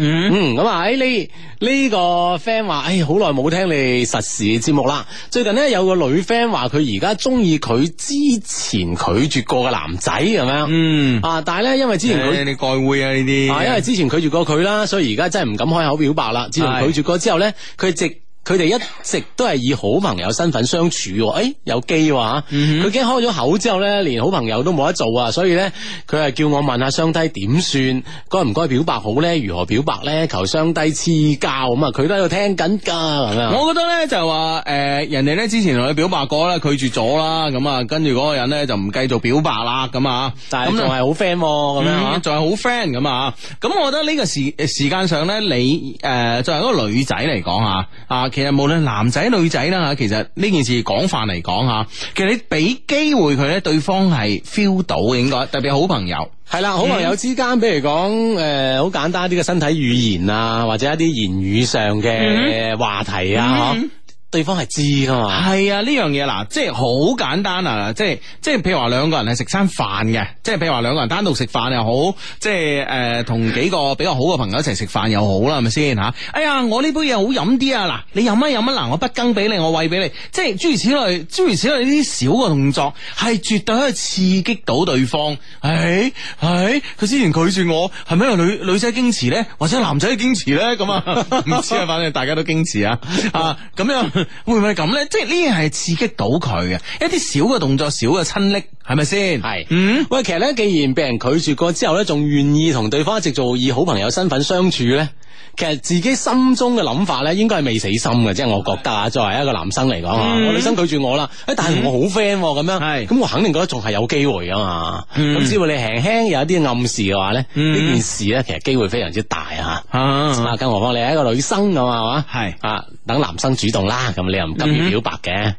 Speaker 1: 嗯
Speaker 3: 嗯，咁啊，喺呢呢個 friend 話，誒，好耐冇聽你實時節目啦。最近咧有個女 friend 話，佢而家中意佢之前拒絕過嘅男仔咁樣，
Speaker 1: 嗯，
Speaker 3: 啊，但係咧因為之前佢
Speaker 1: 誒。你蓋會啊呢啲
Speaker 3: 啊，因為之前拒絕過佢啦，所以而家真係唔敢開口表白啦。自從
Speaker 1: 係
Speaker 3: 拒絕過之後咧，佢直佢哋一直都係以好朋友身份相處喎。誒、有機喎嚇
Speaker 1: 嗯
Speaker 3: 佢驚開咗口之後咧，連好朋友都冇得做啊！所以咧，佢係叫我問下雙低點算，該唔該表白好咧？如何表白咧？求雙低賜教咁啊！佢都喺度聽緊㗎咁樣。
Speaker 1: 我覺得咧就係話誒，呃人哋咧之前同佢表白過啦，拒絕咗啦，咁啊，跟住嗰個人咧就唔繼續表白啦，咁啊，嗯
Speaker 3: 但係仲
Speaker 1: 係
Speaker 3: 係好 friend 喎咁
Speaker 1: 咁
Speaker 3: 樣嚇
Speaker 1: 樣，仲係好 friend 咁啊，咁我覺得呢個時時間上咧，你誒、作為一個女仔嚟講啊，啊，其實無論男仔女仔啦吓，其實呢件事廣泛嚟講吓，其實你俾機會佢咧，對方係 feel 到嘅應該，特別係好朋友。
Speaker 3: 係啦，好朋友之間，比如講誒，好、簡單啲嘅身體語言啊，或者一啲言語上
Speaker 1: 嗯
Speaker 3: 嘅話題啊，嗬、對方係知噶嘛。
Speaker 1: 係啊，呢樣嘢嗱，即係好簡單啊！即係即係，譬如話兩個人係食餐飯嘅，即係譬如話兩個人單獨食飯又好，即係誒同幾個比較好嘅朋友一齊食飯又好啦，係咪先吓？哎呀，我呢杯嘢好飲啲啊！嗱，你飲啊飲啊，嗱，我不羹俾你，我喂俾你，即係諸如此類，諸如此類呢啲小嘅動作，係絕對可以刺激到對方。係係，佢之前拒絕我，係咪因為女女仔矜持咧，或者男仔矜持咧？咁啊， 唔知啊，反正大家都矜持啊。啊，咁樣會唔會咁咧？即係呢啲係刺激到佢嘅一啲小嘅動作、小嘅親昵，係咪先？
Speaker 3: 係，
Speaker 1: 嗯。
Speaker 3: 喂，其實咧，既然被人拒絕過之後咧，仲願意同對方一直做以好朋友身份相處咧，其實自己心中嘅諗法咧，應該係未死心嘅，即係我覺得啊，作為一個男生嚟講啊，我女生拒絕我啦，誒，但係我好 friend 喎咁樣，
Speaker 1: 嗯係嗯
Speaker 3: 咁我肯定覺得仲係有機會噶嘛，咁只要你輕輕有一啲暗示嘅話咧，呢件事咧，其實機會非常之大啊。
Speaker 1: 啊
Speaker 3: 啊，更何況你係一個女生咁啊，係嘛
Speaker 1: 係？
Speaker 3: 啊，等男生主動啦，咁你又唔急於表白嘅，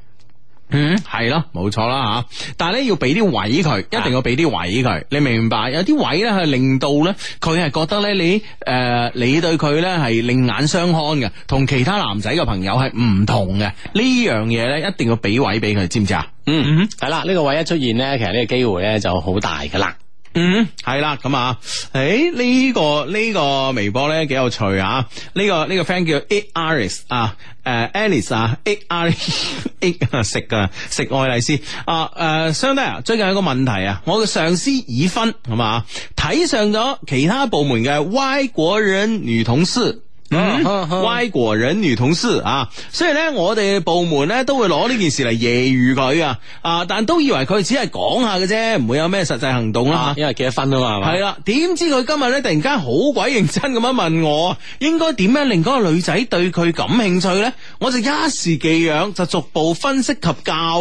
Speaker 1: 嗯，係咯，冇錯啦吓，但係咧要俾啲位佢，一定要俾啲位佢，你明唔明白？有啲位咧係令到咧，佢係覺得咧你誒、呃你對佢咧係另眼相看嘅，同其他男仔嘅朋友係唔同嘅。呢樣嘢咧一定要俾位俾佢，知唔知啊？
Speaker 3: 嗯，係啦，呢個位一出現咧，其實呢個機會咧就好大噶啦。
Speaker 1: 嗯，係啦，咁啊，誒呢、個呢、個微博咧幾有趣啊！呢、個呢、個 friend 叫 A Iris 啊，誒 Alice 啊，A R A 啊食啊食愛麗絲啊誒，相低啊，最近有個問題啊，我嘅上司已婚係嘛，睇上咗其他部門嘅外國人女同事。嗯、外國人女同事啊，所以咧我哋部門咧都會攞呢件事嚟揶揄佢啊，啊，但都以為佢只係講下嘅啫，唔會有咩實際行動啦
Speaker 3: 啊，因為結咗婚啊嘛，係嘛？
Speaker 1: 係啦，點知佢今日咧突然間好鬼認真咁樣問我，應該點樣令嗰個女仔對佢感興趣咧？我就一時寄養，就逐步分析及 教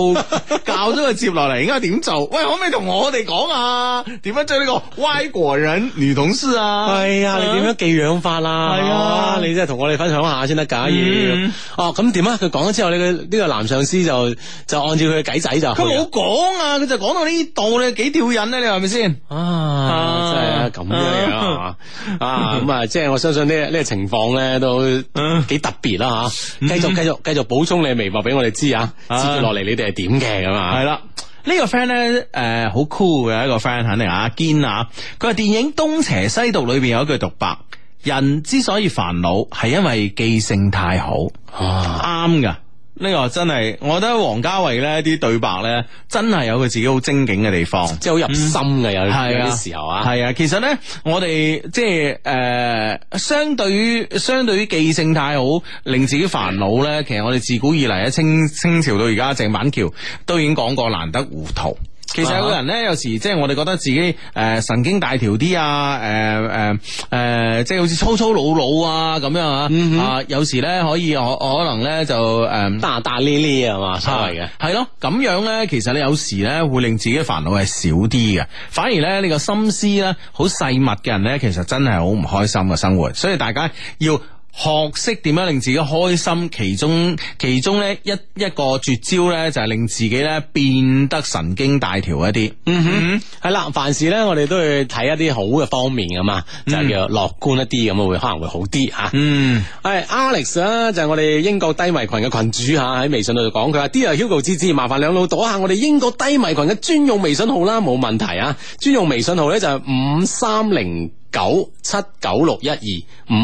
Speaker 1: 教咗佢接落嚟應該點做。喂，可唔可以同我哋講啊？點樣追呢個歪國人女同事啊？
Speaker 3: 係啊，你點樣寄養法啊？
Speaker 1: 係啊
Speaker 3: 你真係同我哋分享下先得㗎要
Speaker 1: 嗯。
Speaker 3: 哦，咁點啊？佢講咗之後，你個呢個男上司就就按照佢嘅計仔就去
Speaker 1: 佢
Speaker 3: 啊
Speaker 1: 冇講啊，佢就講到呢度咧，幾吊癮咧？你話係咪先？
Speaker 3: 啊，真係啊，咁樣樣啊，啊，咁啊，即係我相信呢呢個情況咧都
Speaker 1: 啊
Speaker 3: 幾特別啦吓，
Speaker 1: 嗯
Speaker 3: 繼續繼續繼續補充你嘅微博俾我哋知啊，接住落嚟你哋係點嘅咁啊，
Speaker 1: 係啦。呢個 friend 咧，誒好 cool 嘅一個 friend，肯定啊堅啊。佢話電影《東邪西毒》裏邊有一句獨白：人之所以煩惱，係因為記性太好。
Speaker 3: 啊
Speaker 1: 啱噶，呢個真係，我覺得王家衛咧啲對白咧，真係有佢自己好精警嘅地方。
Speaker 3: 即係好入心嘅有
Speaker 1: 係
Speaker 3: 有
Speaker 1: 啊
Speaker 3: 啲時候啊，
Speaker 1: 係啊，其實咧，我哋即係诶、呃相對於相對於記性太好，令自己煩惱咧，其實我哋自古以嚟咧，清清朝到而家，鄭板橋都已經講過難得糊塗。其實有個人
Speaker 3: 啊
Speaker 1: 咧，有時即係我哋覺得自己誒、呃神經大條啲啊，誒誒誒，即係好似粗粗魯魯啊咁樣啊，
Speaker 3: 嗯
Speaker 1: 啊有時咧可以可可能咧就誒。呃
Speaker 3: 大大咧咧啊係嘛，所謂嘅。
Speaker 1: 系咯，咁樣咧，其實你有時咧會令自己嘅煩惱係少啲嘅，反而咧你個心思咧好細密嘅人咧，其實真係好唔開心嘅啊生活，所以大家要學識點樣令自己開心，其中 其中咧一一個絕招咧就係令自己咧變得神經大條一啲，嗯哼，
Speaker 3: 系啦，凡事咧，我哋都要睇一啲好嘅方面噶嘛，就係叫樂觀一啲咁啊，會可能會好啲吓。
Speaker 1: 嗯，
Speaker 3: 係 Alex 啦，就係我哋英國低迷群嘅群主吓，喺微信度就講佢話，Dear Hugo 芝芝，麻煩兩老躲下我哋英國低迷群嘅專用微信號啦，冇問題啊。專用微信號咧就係五三零。九七九六一二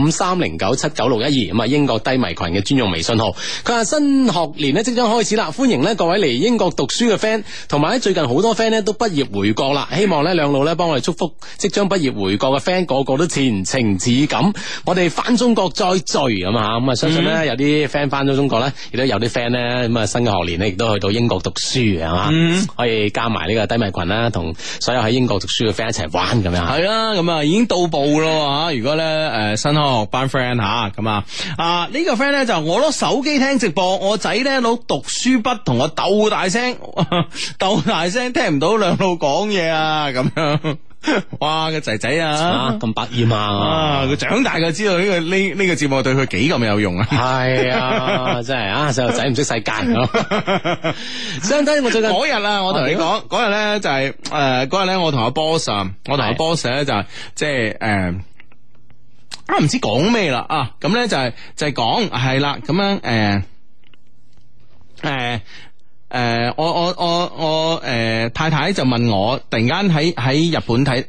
Speaker 3: 五三零九七九六一二咁啊，英國低迷群嘅專用微信號。佢話新學年咧即將開始啦，歡迎咧各位嚟英國讀書嘅 friend，同埋咧最近好多 friend 咧都畢業回國啦，希望咧兩老咧幫我哋祝福即將畢業回國嘅啊 friend 個個都前程似錦，我哋翻中國再聚咁啊，咁啊相信咧有啲 friend 翻咗中國咧，亦都有啲 friend 咧咁啊新嘅學年咧亦都去到英國讀書係嘛，可以加埋呢個低迷群啦，同所有喺英國讀書嘅 friend 一齊玩咁樣啊。
Speaker 1: 係啦，咁啊已經到步咯吓，如果咧誒、呃新開學班 friend 吓，咁啊啊呢、個 friend 咧就我攞手機聽直播，我仔咧攞讀書筆同我鬥大聲， 鬥大聲聽唔到兩老講嘢啊咁樣，哇個仔仔
Speaker 3: 啊
Speaker 1: 啊！
Speaker 3: 咁百厭 啊！
Speaker 1: 啊！佢長大就知道呢、個呢呢、個節目對佢幾咁有用啊！
Speaker 3: 系啊，真系啊，細路仔唔識世界咯。相睇我最 近
Speaker 1: 嗰日啊，我同你
Speaker 3: 啊點
Speaker 1: 講嗰日咧就係誒嗰日咧，我同阿 boss 啊，我同阿
Speaker 3: 係
Speaker 1: boss 咧就係即係誒。呃啊，唔知講咩啦啊，咁咧就係、就係講係啦，咁樣誒誒。呃呃我我我我誒、呃太太就問我，突然間喺喺日本睇。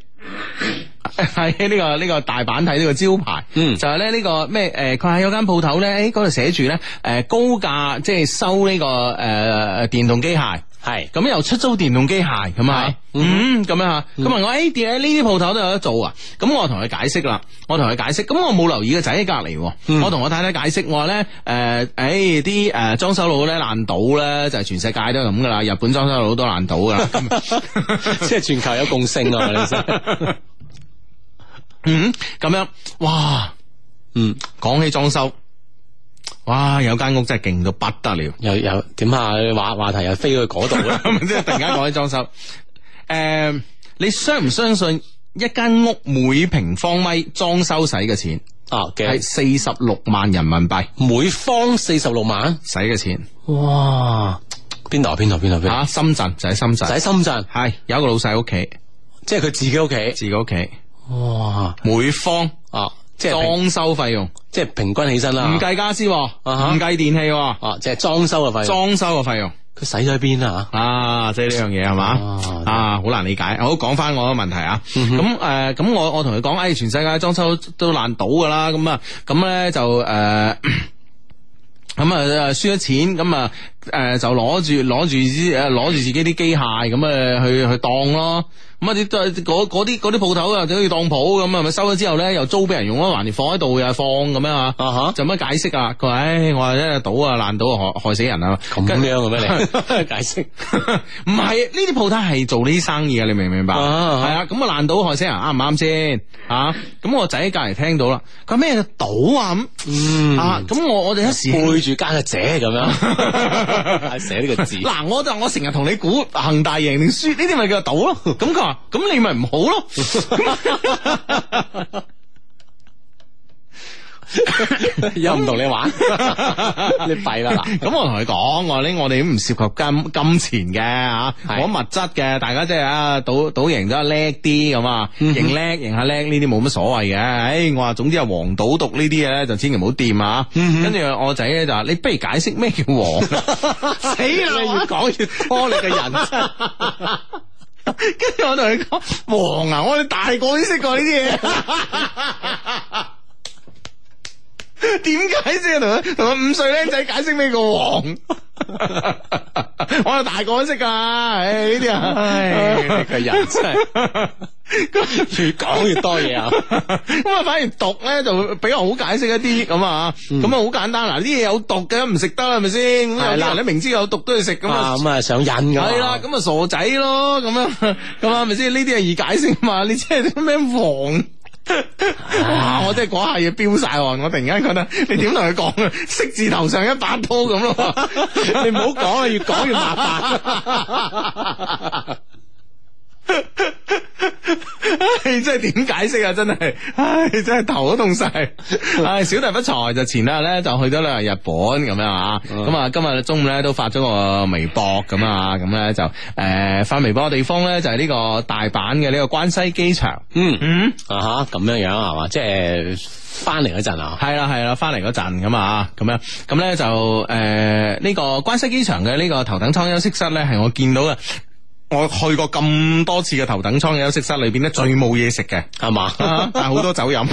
Speaker 1: 喺呢、個呢、個大阪睇呢個招牌，
Speaker 3: 嗯
Speaker 1: 就係咧呢個咩誒，佢、係有間鋪頭咧，誒嗰度寫住咧誒高價即係收呢、個誒、呃、電動機械。
Speaker 3: 係
Speaker 1: 咁又出租電動機械咁啊
Speaker 3: 係，
Speaker 1: 嗯咁樣啊，咁問我誒點解呢啲鋪頭都有得做啊？咁我同佢解釋啦，我同佢解釋，咁我冇留意個仔喺隔離喎，
Speaker 3: 嗯
Speaker 1: 我同我太太解釋，我話咧誒誒啲誒裝修佬咧爛賭咧就係全世界都係咁噶啦，日本裝修佬都爛賭 噶啦。
Speaker 3: 即係全球有共性啊！你真
Speaker 1: 嗯，咁樣，哇，
Speaker 3: 嗯，
Speaker 1: 講起裝修，哇，有間屋真係勁到不得了，
Speaker 3: 又又點啊？話話題又飛去嗰度啊 啦。
Speaker 1: 咁即係突然間講起裝修，诶、你相唔相信一間屋每平方米裝修使嘅錢
Speaker 3: 啊
Speaker 1: 係
Speaker 3: 嘅
Speaker 1: 四十六萬人民幣
Speaker 3: 每方四十六萬，
Speaker 1: 使嘅錢
Speaker 3: 哇！邊度啊？邊度？邊度？邊
Speaker 1: 吓、
Speaker 3: 度？
Speaker 1: 啊深圳就喺深
Speaker 3: 就
Speaker 1: 圳，
Speaker 3: 喺深圳，
Speaker 1: 係有一個老細屋企，
Speaker 3: 即係佢自己屋企。
Speaker 1: 自己屋企，
Speaker 3: 哇！
Speaker 1: 每方
Speaker 3: 啊，即係
Speaker 1: 裝
Speaker 3: 平
Speaker 1: 修費用
Speaker 3: 即係平均起身啦
Speaker 1: 唔。計家私喎，
Speaker 3: 哈
Speaker 1: 唔計電器喎，
Speaker 3: 啊，即係裝修嘅費用。
Speaker 1: 裝修嘅費用。
Speaker 3: 佢使咗喺邊啊？
Speaker 1: 啊，即係呢樣嘢係嘛
Speaker 3: 啊？
Speaker 1: 啊，好難理解。好，講翻我個問題啊。咁誒、呃咁我我同佢講，誒、全世界裝修都爛到㗎啦。咁啊，咁咧就誒。呃 咁啊，呃輸咗錢，咁啊，誒就攞住攞住啲誒攞住自己啲機械，咁啊去去當咯。咁啊啲嗰嗰啲嗰啲鋪頭啊，就好似當鋪咁啊，咪收咗之後咧，又租俾人用咯，橫掂放喺度又係放咁樣啊。
Speaker 3: 啊哈
Speaker 1: 就咁樣解釋啊？佢話：，唉，我話咧賭啊，爛賭啊，害害死人啊。
Speaker 3: 咁
Speaker 1: 跟
Speaker 3: 樣嘅咩你？ 解釋
Speaker 1: 唔係呢啲鋪頭係做呢啲生意嘅，你明唔明白？係
Speaker 3: 啊啊
Speaker 1: 啊，咁啊爛賭害死人啱唔啱先？啊，咁我仔喺隔離聽到啦，佢話咩賭啊咁、
Speaker 3: 嗯
Speaker 1: 啊，咁我我哋一時
Speaker 3: 背住家嘅姐咁 樣寫呢個字。
Speaker 1: 嗱，我就我成日同你估恒大贏定輸，呢啲咪叫賭咯。咁佢話：咁你咪唔好咯。
Speaker 3: 又唔同你玩， 你弊啦 嗱。
Speaker 1: 咁我同佢講，我話呢，我哋都唔涉及金金錢嘅吓，
Speaker 3: 係
Speaker 1: 我物質嘅，大家即係啊賭賭贏咗叻啲咁啊，贏叻贏下叻呢啲冇乜所謂嘅。唉，我話總之係黃賭毒呢啲嘢咧，就千祈唔好掂啊。跟住我仔咧就話：你不如解釋咩叫黃？ 死啦！越講越
Speaker 3: 拖你嘅人
Speaker 1: 跟住我同佢講黃啊，我哋大個先識過呢啲嘢。 點解先啊同佢同佢五歲僆仔解釋咩叫黃？ 我哋大個都識噶啦，唉呢啲啊，
Speaker 3: 你個人真係越講越多嘢啊！
Speaker 1: 咁啊，反而毒咧就比較好解釋一啲咁啊，咁啊好簡單嗱，呢嘢有毒嘅唔食得啦，係咪先？咁有
Speaker 3: 嗯係
Speaker 1: 啲
Speaker 3: 啦
Speaker 1: 人咧明知有毒都要食咁啊
Speaker 3: 啊。咁啊上癮噶，
Speaker 1: 系啦，咁啊傻仔咯，咁樣 咁啊，係咪先？呢啲係易解釋嘛，你即係啲咩黃？哇！ 我真係嗰下嘢飆晒汗，我突然間覺得你點同佢講啊？色字頭上一把刀咁咯，
Speaker 3: 你唔好講啊啦，越講越麻煩。
Speaker 1: 唉真係點解釋啊？真係，唉，真係頭都痛晒。 唉，小弟不才，就前兩日咧就去咗兩日日本咁樣啊。咁啊，今日中午咧都發咗個微博咁啊，咁咧就诶發微博嘅地方咧就係呢個大阪嘅呢個關西機場。
Speaker 3: 嗯
Speaker 1: 嗯。
Speaker 3: 啊吓，咁樣樣係嘛，即係翻嚟嗰陣啊，
Speaker 1: 系啦系啦，翻嚟嗰陣咁啊，咁樣咁咧就诶呢、個關西機場嘅呢個頭等艙休息室咧，係我見到嘅。我去過咁多次嘅頭等艙嘅休息室裏邊咧，最冇嘢食嘅，
Speaker 3: 係 嘛，
Speaker 1: 啊 但係好多酒飲。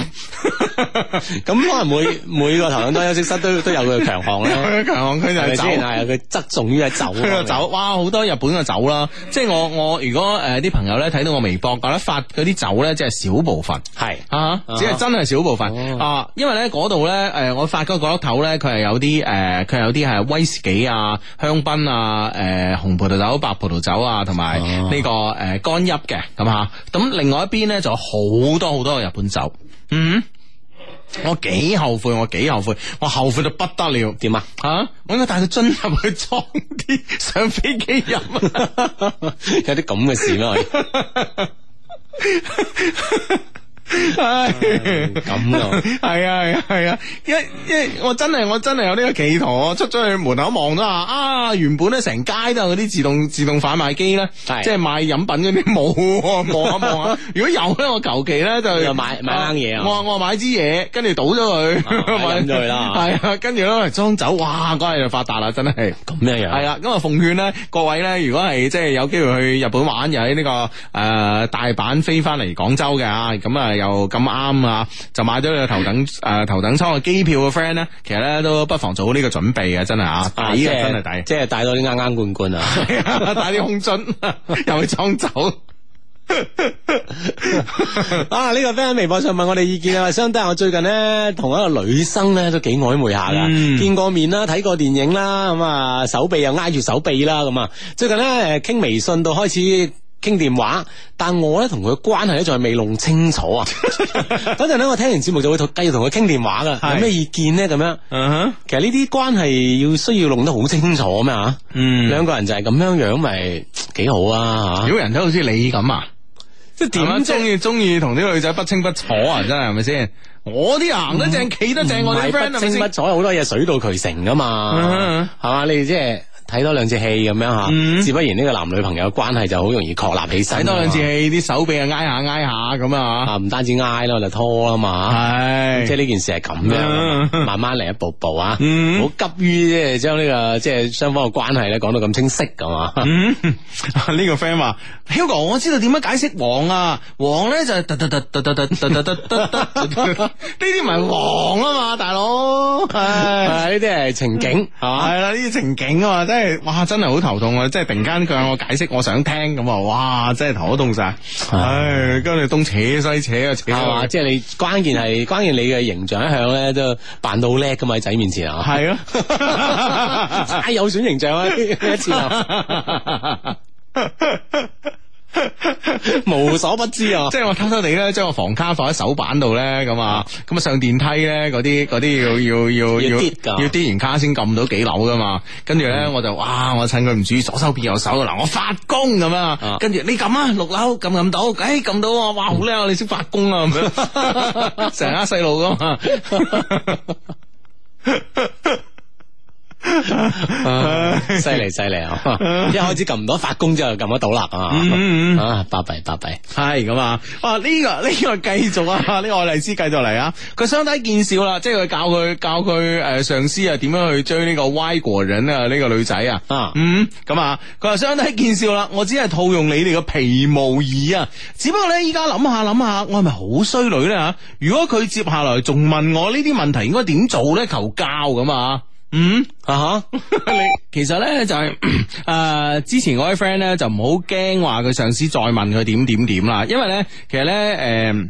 Speaker 3: 咁可能每每個頭等多休息室都都有佢嘅強項 咧，
Speaker 1: 佢強項區就
Speaker 3: 係咪
Speaker 1: 係
Speaker 3: 先？
Speaker 1: 酒。
Speaker 3: 係佢側重於係啊酒，
Speaker 1: 佢 個酒，哇！好多日本嘅酒啦，即係我我如果誒啲、朋友咧睇到我微博，覺得發嗰啲酒咧，即係少部分。
Speaker 3: 係
Speaker 1: 啊，只係真係少部分
Speaker 3: 哦
Speaker 1: 啊，因為咧嗰度咧，誒、我發覺嗰粒頭咧，佢係有啲誒，呃佢、有啲係威士忌啊、香檳啊、誒、紅葡萄酒、白葡萄酒啊，同埋
Speaker 3: 哦
Speaker 1: 呢個誒、呃、乾邑嘅咁嚇。咁另外一邊咧就有好多好多嘅日本酒，嗯。我幾後悔，我幾後悔，我後悔到不得了。
Speaker 3: 點啊？
Speaker 1: 吓、我應該帶個樽入去裝啲上飛機飲啊！
Speaker 3: 有啲咁嘅事咩？
Speaker 1: 唉
Speaker 3: 咁 啊，
Speaker 1: 系啊系啊系啊，因為因為我真係我真係有呢個企圖，我出咗去門口望咗下，啊原本咧成街都有嗰啲自動自動販賣機咧，即係
Speaker 3: 係
Speaker 1: 賣飲品嗰啲冇喎，望下望下， 如果有咧我求其咧就
Speaker 3: 又買買啱嘢啊
Speaker 1: 我我買支嘢，跟住倒咗佢，
Speaker 3: 啊飲咗 佢啦
Speaker 1: 系啊，跟住咧裝酒，哇嗰日就發達啦，真係。
Speaker 3: 咁樣樣
Speaker 1: 系啦，咁啊奉勸咧各位咧，如果係即係有機會去日本玩，又喺呢、個个呃大阪飛翻嚟廣州嘅啊，咁啊又咁啱啊，就買咗個頭等诶、呃、头等舱嘅機票嘅 friend 咧，其實咧都不妨做好呢個準備嘅，真係啊，
Speaker 3: 啊，
Speaker 1: 抵
Speaker 3: 即
Speaker 1: 啊，
Speaker 3: 係
Speaker 1: 真係抵，
Speaker 3: 即係帶到啲啱啱罐罐啊！
Speaker 1: 帶啲空樽 又去裝酒。
Speaker 3: 啊！呢、個 friend 喺微博上問我哋意見啊，相低我最近咧同一個女生咧都幾曖昧下噶，
Speaker 1: 嗯
Speaker 3: 見過面啦，睇過電影啦，咁啊手臂又挨住手臂啦，咁啊最近咧誒傾微信到開始。傾電話，但我咧同佢關係咧仲係未弄清楚 啊！嗰陣咧，我聽完節目就會同繼續同佢傾電話噶，
Speaker 1: 係
Speaker 3: 有咩意見咧？咁樣，
Speaker 1: 嗯哼，
Speaker 3: 其實呢啲關係要需要弄得好清楚咩嚇？
Speaker 1: 嗯
Speaker 3: 兩個人就係咁樣樣，咪幾好啊嚇！
Speaker 1: 如果人都好似你咁啊，
Speaker 3: 即係
Speaker 1: 點
Speaker 3: 點
Speaker 1: 中意中意同啲女仔不清不楚啊，真係係咪先？我啲行得正，企得正，我啲
Speaker 3: 嗯係
Speaker 1: friend
Speaker 3: 不
Speaker 1: 係咪
Speaker 3: 清不
Speaker 1: 先？
Speaker 3: 楚，好多嘢水到渠成噶嘛
Speaker 1: 嗯，
Speaker 3: 係嘛？你哋即係睇多兩次戲咁樣
Speaker 1: 嗯
Speaker 3: 吓，自不然呢個男女朋友關係就好容易確立起身。
Speaker 1: 睇多兩次戲，啲手臂啊挨下挨下咁啊。
Speaker 3: 啊，唔單止挨啦，就拖啦嘛。
Speaker 1: 系
Speaker 3: 即係呢件事係咁樣
Speaker 1: 嗯，
Speaker 3: 慢慢嚟，一步步啊，
Speaker 1: 嗯
Speaker 3: 唔好急於即係將呢個即係雙方嘅關係咧講到咁清晰噶嘛。
Speaker 1: 嗯，呢個 friend 話，Hugo，我知道點樣解釋黃啊，黃咧就係突突突突突突突突突突呢啲唔係黃啊嘛，大佬，係
Speaker 3: 啊，呢啲係情景係嘛，
Speaker 1: 係啦，呢啲情景啊嘛，真係，哇，真係好頭痛啊！即係突然間佢向我解釋，我想聽咁啊，哇，真係頭都痛晒，唉，跟住東扯西扯啊，扯
Speaker 3: 係嘛，
Speaker 1: 啊，
Speaker 3: 即係你關鍵係關鍵你嘅形象一向咧都扮到好叻噶嘛喺仔面 前啊，
Speaker 1: 係咯。
Speaker 3: 太有損形象啊呢呢一次啊。 无所不知啊！
Speaker 1: 即係我偷偷地咧，將個房卡放喺手板度咧，咁啊，咁啊上電梯咧，嗰啲嗰啲要要要
Speaker 3: 要跌㗎
Speaker 1: 要跌完卡先撳到幾樓噶嘛，跟住咧我就哇，我趁佢唔注意左手變右手嗱，我發功咁啊
Speaker 3: 啊，
Speaker 1: 跟住你撳啊六樓撳撳到，誒撳到啊，哇好叻啊，你識發功啊咁樣，成家細路噶嘛。
Speaker 3: 啊 犀利犀利 啊！一開始撳唔到，發功之後就撳得到啦
Speaker 1: 嗯嗯嗯
Speaker 3: 啊！啊，巴閉巴閉，
Speaker 1: 系咁啊！哇，呢、個 呢、個繼續啊！呢、個愛麗絲繼續嚟啊！佢相低見笑啦，即係佢教佢教佢诶、呃上司啊點樣去追呢個歪國人啊呢、個女仔啊！
Speaker 3: 啊
Speaker 1: 嗯咁啊，佢話相低見笑啦，我只係套用你哋嘅皮毛耳啊！只不過咧依家諗下諗下，我係咪好衰女咧吓？如果佢接下來仲問我呢啲問題應該點做咧？求教咁啊！嗯啊哈，其實咧就係、 诶、之前我啲 friend 咧就唔好驚話佢上司再問佢點點點啦，因為咧其實咧诶。誒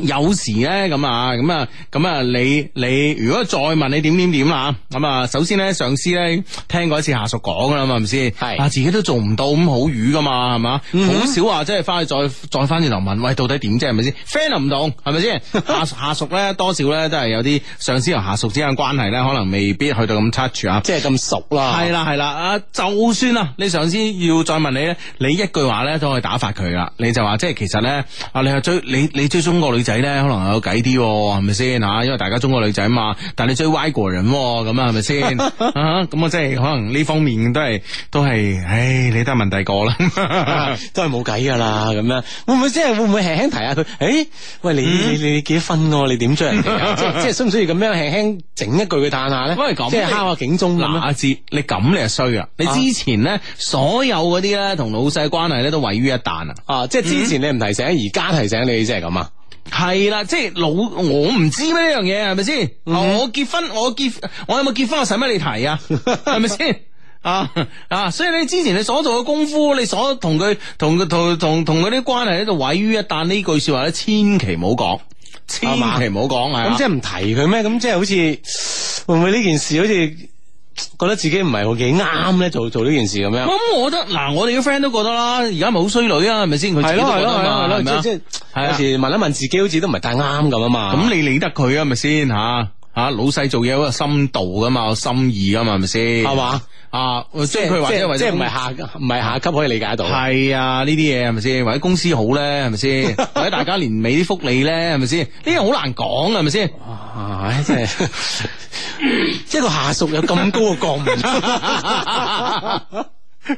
Speaker 1: 有時咧咁啊，咁啊，咁啊，你你如果再問你點點點啦，咁啊，首先咧上司咧聽過一次下屬講噶啦嘛，係咪先？
Speaker 3: 係
Speaker 1: 啊，自己都做唔到咁好瘀噶嘛，係嘛？好少話即係翻去再再翻轉頭問，喂，到底點啫？係咪先？friend 又唔同，係咪先？下下屬咧多少咧都係有啲上司同下屬之間關係咧，可能未必去到咁 touch 啊。
Speaker 3: 即係咁熟啦。
Speaker 1: 系啦系啦，啊，就算啊，你上司要再問你咧，你一句話咧都可以打發佢啦。你就話即係其實咧，啊，你係追你你追中國女仔咧，可能有計啲喎，係咪先吓？因為大家中國女仔嘛，但係你追歪國人喎咁啊，係咪 先？啊咁我即係可能呢方面都係都係，唉，你都係問第個啦
Speaker 3: 啊。 都係冇計噶啦，咁樣會唔會即係會唔會輕輕提下佢？誒，喂，
Speaker 1: 嗯
Speaker 3: 你你你你結咗婚喎？你點追人哋 啊？即係即係需唔需要咁樣輕輕整一句佢嘆下咧？
Speaker 1: 喂咁
Speaker 3: 即係敲下警鐘咁
Speaker 1: 嗱，
Speaker 3: 樣。
Speaker 1: 阿志，你咁你係衰啊！你之前咧所有嗰啲咧同老細關係咧都毀於一旦啊！
Speaker 3: 啊！即係之前你唔提醒，而家提醒你，即係咁啊！
Speaker 1: 嗯系啦，即系老我唔知咩呢样嘢系咪先？
Speaker 3: 嗯
Speaker 1: 啊我结婚，我结我有冇结婚，我使乜你提 啊？系咪先？啊啊！所以你之前你所做嘅功夫，你所同佢同佢同同同佢啲關係喺度毀於一旦呢句说話咧，千祈唔好講，千
Speaker 3: 嘛
Speaker 1: 祈唔好講係啊
Speaker 3: 咁即係唔提佢咩？咁即係好似會唔會呢件事好似覺得自己唔係好幾啱咧？做做呢件事咁樣。
Speaker 1: 咁我覺得嗱，我哋啲 friend 都覺得啦，而家咪好衰女啊，係咪先？佢自
Speaker 3: 係
Speaker 1: 己都
Speaker 3: 咯係
Speaker 1: 覺得嘛
Speaker 3: 咯係咯係
Speaker 1: 係咪
Speaker 3: 咯，
Speaker 1: 啊
Speaker 3: 即係
Speaker 1: 係啊
Speaker 3: 有時問一問自己，好似都唔係太啱咁啊嘛。
Speaker 1: 咁你理得佢啊，係咪先吓吓老細做嘢好有深度噶嘛，有心意噶嘛，係咪先？
Speaker 3: 係嘛？
Speaker 1: 啊，
Speaker 3: 即
Speaker 1: 將
Speaker 3: 係
Speaker 1: 佢或
Speaker 3: 即係
Speaker 1: 者或者
Speaker 3: 即係唔
Speaker 1: 公
Speaker 3: 係下唔係下級可以理解到。
Speaker 1: 系啊，呢啲嘢係咪先？或者公司好咧，係咪 先？或者大家年尾啲福利咧，係咪先？呢樣好難講，係咪 先？
Speaker 3: 啊！唉真係 一個下屬有咁高嘅覺悟，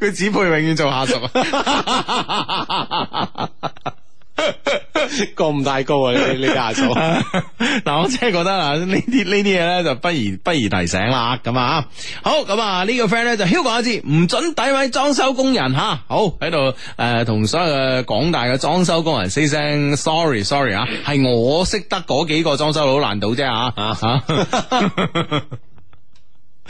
Speaker 1: 佢指配永遠做下屬，
Speaker 3: 覺悟太高啊！你你你下屬
Speaker 1: 嗱，我真係覺得啊，呢啲呢啲嘢咧就不宜不宜提醒啦，咁啊，好咁啊，呢、個 friend 咧就 Hugo 一知，唔准诋毀裝修工人吓，好喺度诶，同、所有嘅廣大嘅裝修工人 say 聲 sorry sorry 啊，係我識得嗰幾個裝修佬難到啫啊啊！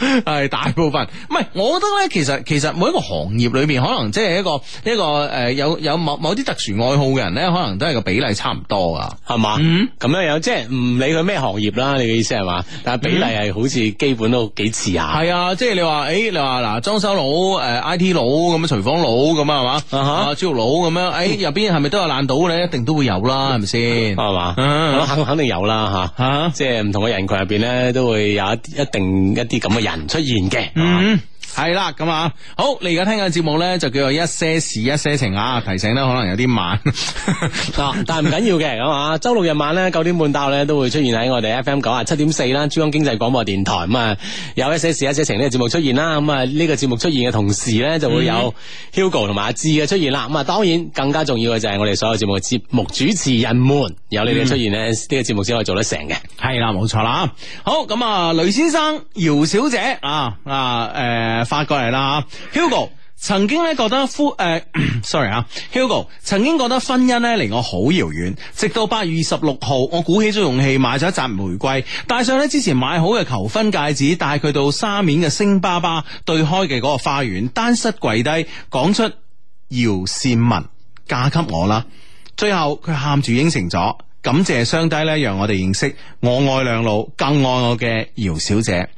Speaker 1: 系大部分，唔系，我覺得咧，其實其實每一個行業裏边，可能即係一個一個诶、呃有有某某啲特殊愛好嘅人咧，可能都係個比例差唔多啊。
Speaker 3: 係嘛？咁樣樣即係唔理佢咩行業啦，你嘅意思係嘛？但係比例係好似基本都幾似下。
Speaker 1: 係啊，即係你話，诶、你話嗱，裝修佬、诶、I T 佬咁樣，廚房佬咁啊，係
Speaker 3: 啊哈嗯
Speaker 1: 嘛，啊，豬肉佬咁樣，诶、入邊係咪都有爛到咧？一定都會有啦，係咪先？
Speaker 3: 係嘛？
Speaker 1: 嗯
Speaker 3: 我肯肯定有啦吓，
Speaker 1: 啊
Speaker 3: 即係唔同嘅人群入边咧，都會有一一定一啲咁嘅人出現嘅。
Speaker 1: 嗯，系啦，咁啊，好，你而家聽緊嘅節目咧就叫做一些事一些情啊，提醒咧可能有啲慢，
Speaker 3: 啊！但係唔緊要嘅，咁啊，周六日晚咧九點半到咧都會出現喺我哋 FM 九啊七點四啦，珠江經濟廣播電台咁啊，有一些事一些情呢個節目出現啦，咁啊呢個節目出現嘅同時咧就
Speaker 1: 嗯
Speaker 3: 會有 Hugo 同埋阿志嘅出現啦，咁啊當然更加重要嘅就係我哋所有節目嘅節目主持人們有你哋嘅出現咧，
Speaker 1: 嗯
Speaker 3: 呢個節目先可以做得成嘅。
Speaker 1: 系啦，冇錯啦。好咁啊，雷先生、姚小姐啊啊诶、呃發過嚟啦嚇，Hugo。曾經咧覺得夫誒、呃 sorry 啊，Hugo 曾經覺得婚姻咧離我好遙遠，直到八月二十六號，我鼓起咗勇氣買咗一扎玫瑰，戴上咧之前買好嘅求婚戒指，帶佢到沙面嘅星巴巴對開嘅嗰個花園，單膝跪低，講出姚善文嫁給我啦。最後佢喊住應承咗，感謝雙低咧，讓我哋認識我愛兩老，更愛我嘅姚小姐。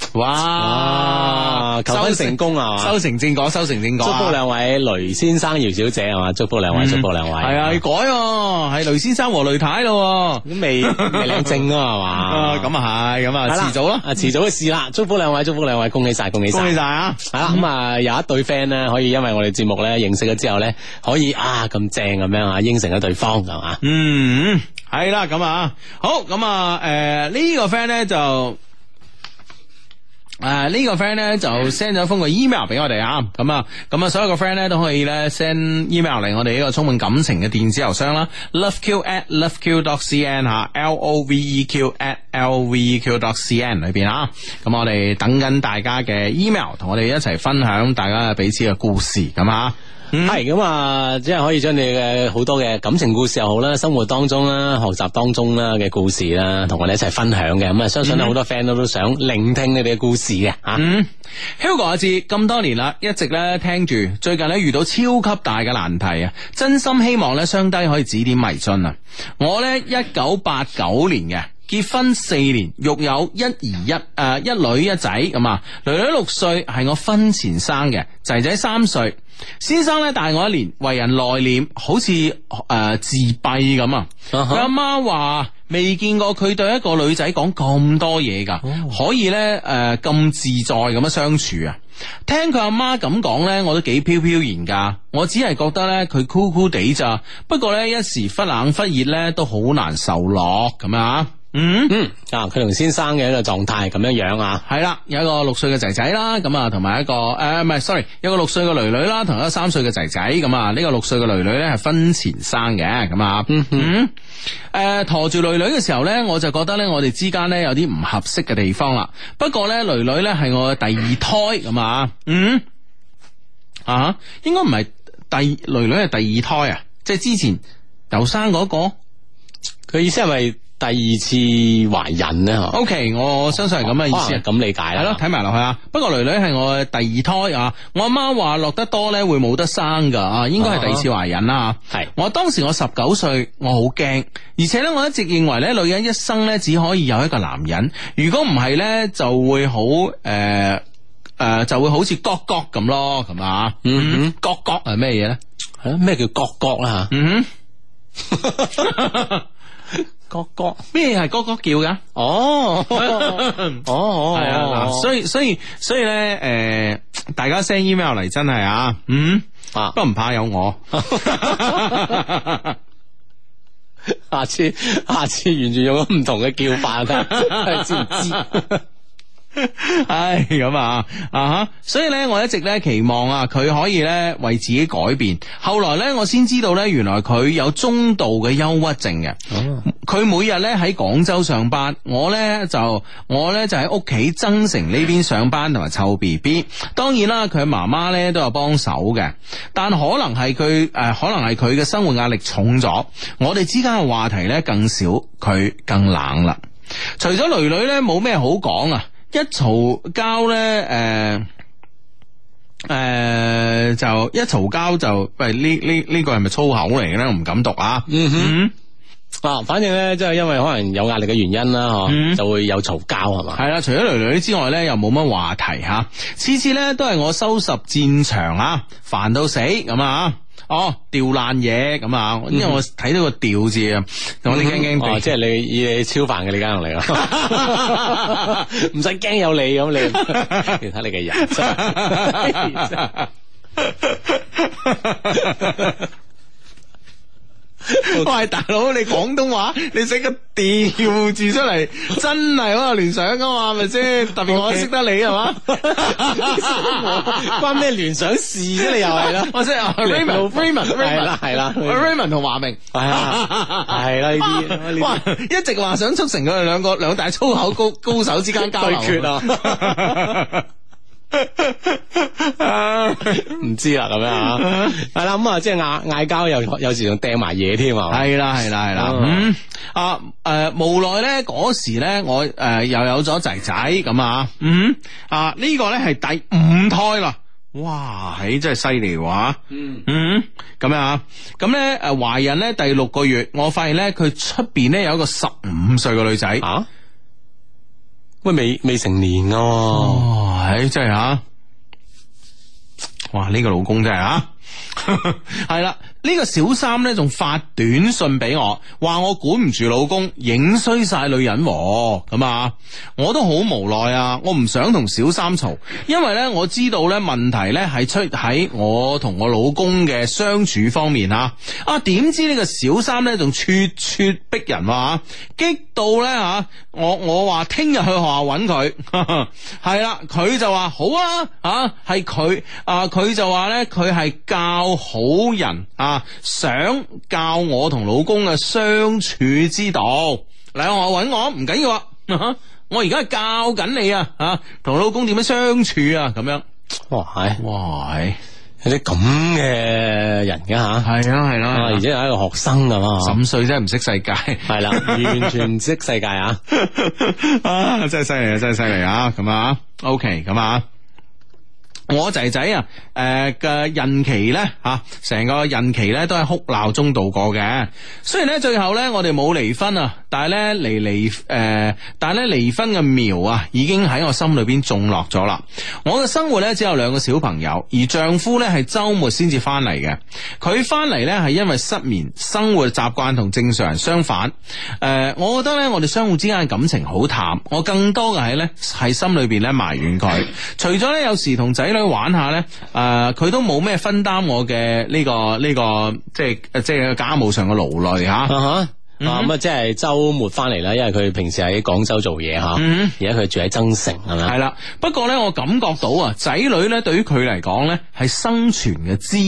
Speaker 1: 哇
Speaker 3: 哇求婚成功啊
Speaker 1: 收成正果，收成正果
Speaker 3: 祝
Speaker 1: 啊。
Speaker 3: 福兩位雷先生、姚小姐係嘛？祝福兩位，祝福兩位。
Speaker 1: 係啊，要改喎，係雷先生和雷太咯喎。
Speaker 3: 咁未未領證啊係
Speaker 1: 啊，
Speaker 3: 嘛？
Speaker 1: 咁啊係，咁啊
Speaker 3: 係啦
Speaker 1: 遲早啦，
Speaker 3: 啊遲早嘅事啦，祝福兩位，祝福兩位，恭喜晒，恭喜
Speaker 1: 恭
Speaker 3: 晒
Speaker 1: 喜。晒啊！
Speaker 3: 系啦，咁啊有一對 friend 咧，可以因為我哋節目咧認識咗之後咧，可以啊咁正咁樣啊應承咗對方係嘛？
Speaker 1: 嗯，系啦，咁啊，好，咁啊，诶、呢、個 friend 咧就。诶、呢、個个 friend 咧就 send 咗封個 email 俾我哋啊，咁啊，咁啊，所有個 friend 咧都可以咧 send email 嚟我哋呢個充滿感情嘅電子郵箱啦，loveq at loveq dot cn 吓，l o v e q at l v e q dot cn 裏边啊，咁我哋等緊大家嘅 email，同我哋一齊分享大家彼此嘅故事咁啊。
Speaker 3: 系咁啊，即系可以将你嘅好多嘅感情故事又好啦，生活当中啦、学习当中啦嘅故事啦，同我哋一齐分享嘅。咁啊，相信咧好多 friend 都都想聆聽你哋嘅故事嘅啊吓。
Speaker 1: 嗯，Hugo 阿志咁多年啦，一直咧聽住，最近咧遇到超級大嘅難題啊！真心希望咧雙低可以指點迷津啊！我咧一九八九年嘅。結婚四年，育有一兒一诶、呃一女一仔咁啊，女女六歲係我婚前生嘅，仔仔三歲。先生咧大我一年，為人內斂，好似诶、呃自閉咁啊。
Speaker 3: 啊
Speaker 1: 佢
Speaker 3: 哈
Speaker 1: 阿媽話未見過佢對一個女仔講咁多嘢㗎，可以咧诶咁自在咁樣相處啊！聽佢阿媽咁講咧，我都幾飄飄然㗎。我只係覺得咧佢酷酷地咋，不過咧一時忽冷忽熱咧都好難受落咁啊！嗯。
Speaker 3: 嗯，啊，佢同先生嘅一個狀態係咁樣樣啊。
Speaker 1: 系啦，有一個六歲嘅仔仔啦，咁啊，同埋一個诶，唔、係 s o r r y 有一個六歲嘅女女啦，同一個三歲嘅仔仔，咁啊，呢、個六歲嘅女女咧係婚前生嘅，咁啊，嗯，诶、驮住女女嘅時候咧，我就覺得咧，我哋之間咧有啲唔合適嘅地方啦。不過咧，女女咧係我嘅第二胎，咁啊，嗯，啊，應該唔係第女女係第二胎啊，即係之前有生嗰、個。
Speaker 3: 佢意思係咪第二次懷孕咧？嗬
Speaker 1: O、k 我相信係咁嘅意思
Speaker 3: 可
Speaker 1: 啊
Speaker 3: 能。咁理解
Speaker 1: 系咯
Speaker 3: 啦，。
Speaker 1: 睇埋落去啊。不過女女係我嘅第二胎啊，我阿媽話落得多咧會冇得生噶啊，应该系第二次懷孕啦。
Speaker 3: 係
Speaker 1: 我當時我十九歲，我好驚，而且咧我一直認為咧女人一生咧只可以有一個男人，如果唔係咧就會好诶。诶、呃就會好似角角咁咯，咁啊，嗯，角角係咩嘢咧？
Speaker 3: 係咯，啊咩叫角角啦吓？
Speaker 1: 嗯，
Speaker 3: 角角，
Speaker 1: 咩係角角叫噶？
Speaker 3: 哦，哦哦，
Speaker 1: 系啊，嗱，所以所以所以咧，诶、大家 send email 嚟真係啊，嗯，
Speaker 3: 啊
Speaker 1: 不過唔怕有我，
Speaker 3: 下次下次完全用咗唔同嘅叫 法，睇下知唔知？
Speaker 1: 唉，咁啊，啊哈，所以咧，我一直咧期望啊，佢可以咧為自己改變。後來咧，我先知道咧，原來佢有中度嘅憂鬱症嘅。佢每日咧喺廣州上班，我咧就我咧就喺屋企增城呢邊上班同埋湊 B B。當然啦，佢媽媽咧都有幫手嘅，但可能係佢誒，可能係佢嘅生活壓力重咗，我哋之間嘅話題咧更少，佢更冷啦。除咗女女咧，冇咩好講啊！一嘈交咧，誒、诶、呃就一嘈交就喂呢呢呢個係咪粗口嚟嘅咧？我唔敢讀啊！嗯哼，
Speaker 3: 啊，反正咧，即係因為可能有壓力嘅原因啦，嗬、
Speaker 1: 嗯
Speaker 3: 就會有嘈交係嘛啊
Speaker 1: 係。啦，除咗女女之外咧，又冇乜話題吓、次次咧都係我收拾戰場啊，煩到死咁啊！哦，掉爛嘢咁啊，因為我睇到個掉字啊，我啲驚驚地
Speaker 3: 哦，。即係你以你超凡嘅理解能力啊， 唔使驚有你咁你，你睇你嘅人真係
Speaker 1: 喂，大佬，你廣東話你寫個調字出嚟，真係好有聯想噶嘛，係咪先？特別我
Speaker 3: OK
Speaker 1: 識得你係嘛？
Speaker 3: 關咩聯想事啫？你 又係啦，
Speaker 1: 我識 啊，Raymond，Raymond，
Speaker 3: 係啦係啦
Speaker 1: Raymond 同華明。
Speaker 3: 係啊，係啦呢啲呢
Speaker 1: 哇
Speaker 3: 啲！
Speaker 1: 一直話想促成佢哋兩個兩大粗口 高高手之間交流
Speaker 3: 對決啊！ 唔知啦咁樣啊， 係啦咁啊，即係嗌嗌交又有時仲掟埋嘢添啊，
Speaker 1: 系啦系啦系啦，嗯啊诶、呃，無奈咧嗰時咧我诶、呃又有咗仔仔咁啊，嗯啊呢、個咧係第五胎啦。哇，嘿，真係犀利喎！嗯嗯，咁樣啊，咁咧诶懷孕咧第六個月，我發現咧佢出边咧有一個十五歲嘅女仔，
Speaker 3: 啊？喂，未未成年噶、
Speaker 1: 哦，唉，真系啊 吓，哇！呢、個老公真係啊，係啦，呢個小三咧仲發短信俾我，話我管唔住老公，影衰晒女人喎咁啊！我都好無奈啊，我唔想同小三嘈，因為咧我知道咧問題咧係出喺我同我老公嘅相處方面啊！啊，點知呢個小三咧仲咄咄逼人話、啊，激到咧吓、啊、我我話聽日去學校揾佢， 係啦，佢就話好啊，啊係佢啊佢就話咧佢係教好人啊，想教我同老公嘅相處之道，嚟學校揾我唔緊要啊，啊 我而家係教緊你啊，啊同老公點樣相處啊，咁樣，
Speaker 3: 哇，哦係
Speaker 1: 哇，
Speaker 3: 有啲咁嘅人嘅吓，啊
Speaker 1: 係啊係
Speaker 3: 而且係一個學生咁啊，
Speaker 1: 十五歲真係唔識世界，
Speaker 3: 係 啦，完全唔識世界 啊！
Speaker 1: 啊，真係犀利啊，真係犀利啊！咁啊，OK，咁啊。我仔仔啊，誒、嘅孕期咧嚇，啊成、個孕期咧都係哭鬧中度過嘅。雖然咧最後咧我哋冇離婚啊，但係咧離離誒，但係咧離婚嘅苗啊已經喺我心裏邊種落咗啦。我嘅生活咧只有兩個小朋友，而丈夫咧係週末先至翻嚟嘅。佢翻嚟咧係因為失眠，生活習慣同正常人相反。誒、我覺得咧我哋相互之間嘅感情好淡，我更多嘅係咧喺心裏邊咧埋怨佢。除咗咧有時同仔女玩下咧，誒、佢都冇咩分擔我嘅呢、個呢、個即係即係家務上嘅勞累吓。
Speaker 3: 啊哈，啊咁啊，即係周末翻嚟啦，因為佢平時喺廣州做嘢吓，而家佢住喺增城嗯係咪？啊
Speaker 1: 系啦，不過咧，我感覺到啊，仔女咧對於佢嚟講咧係生存嘅支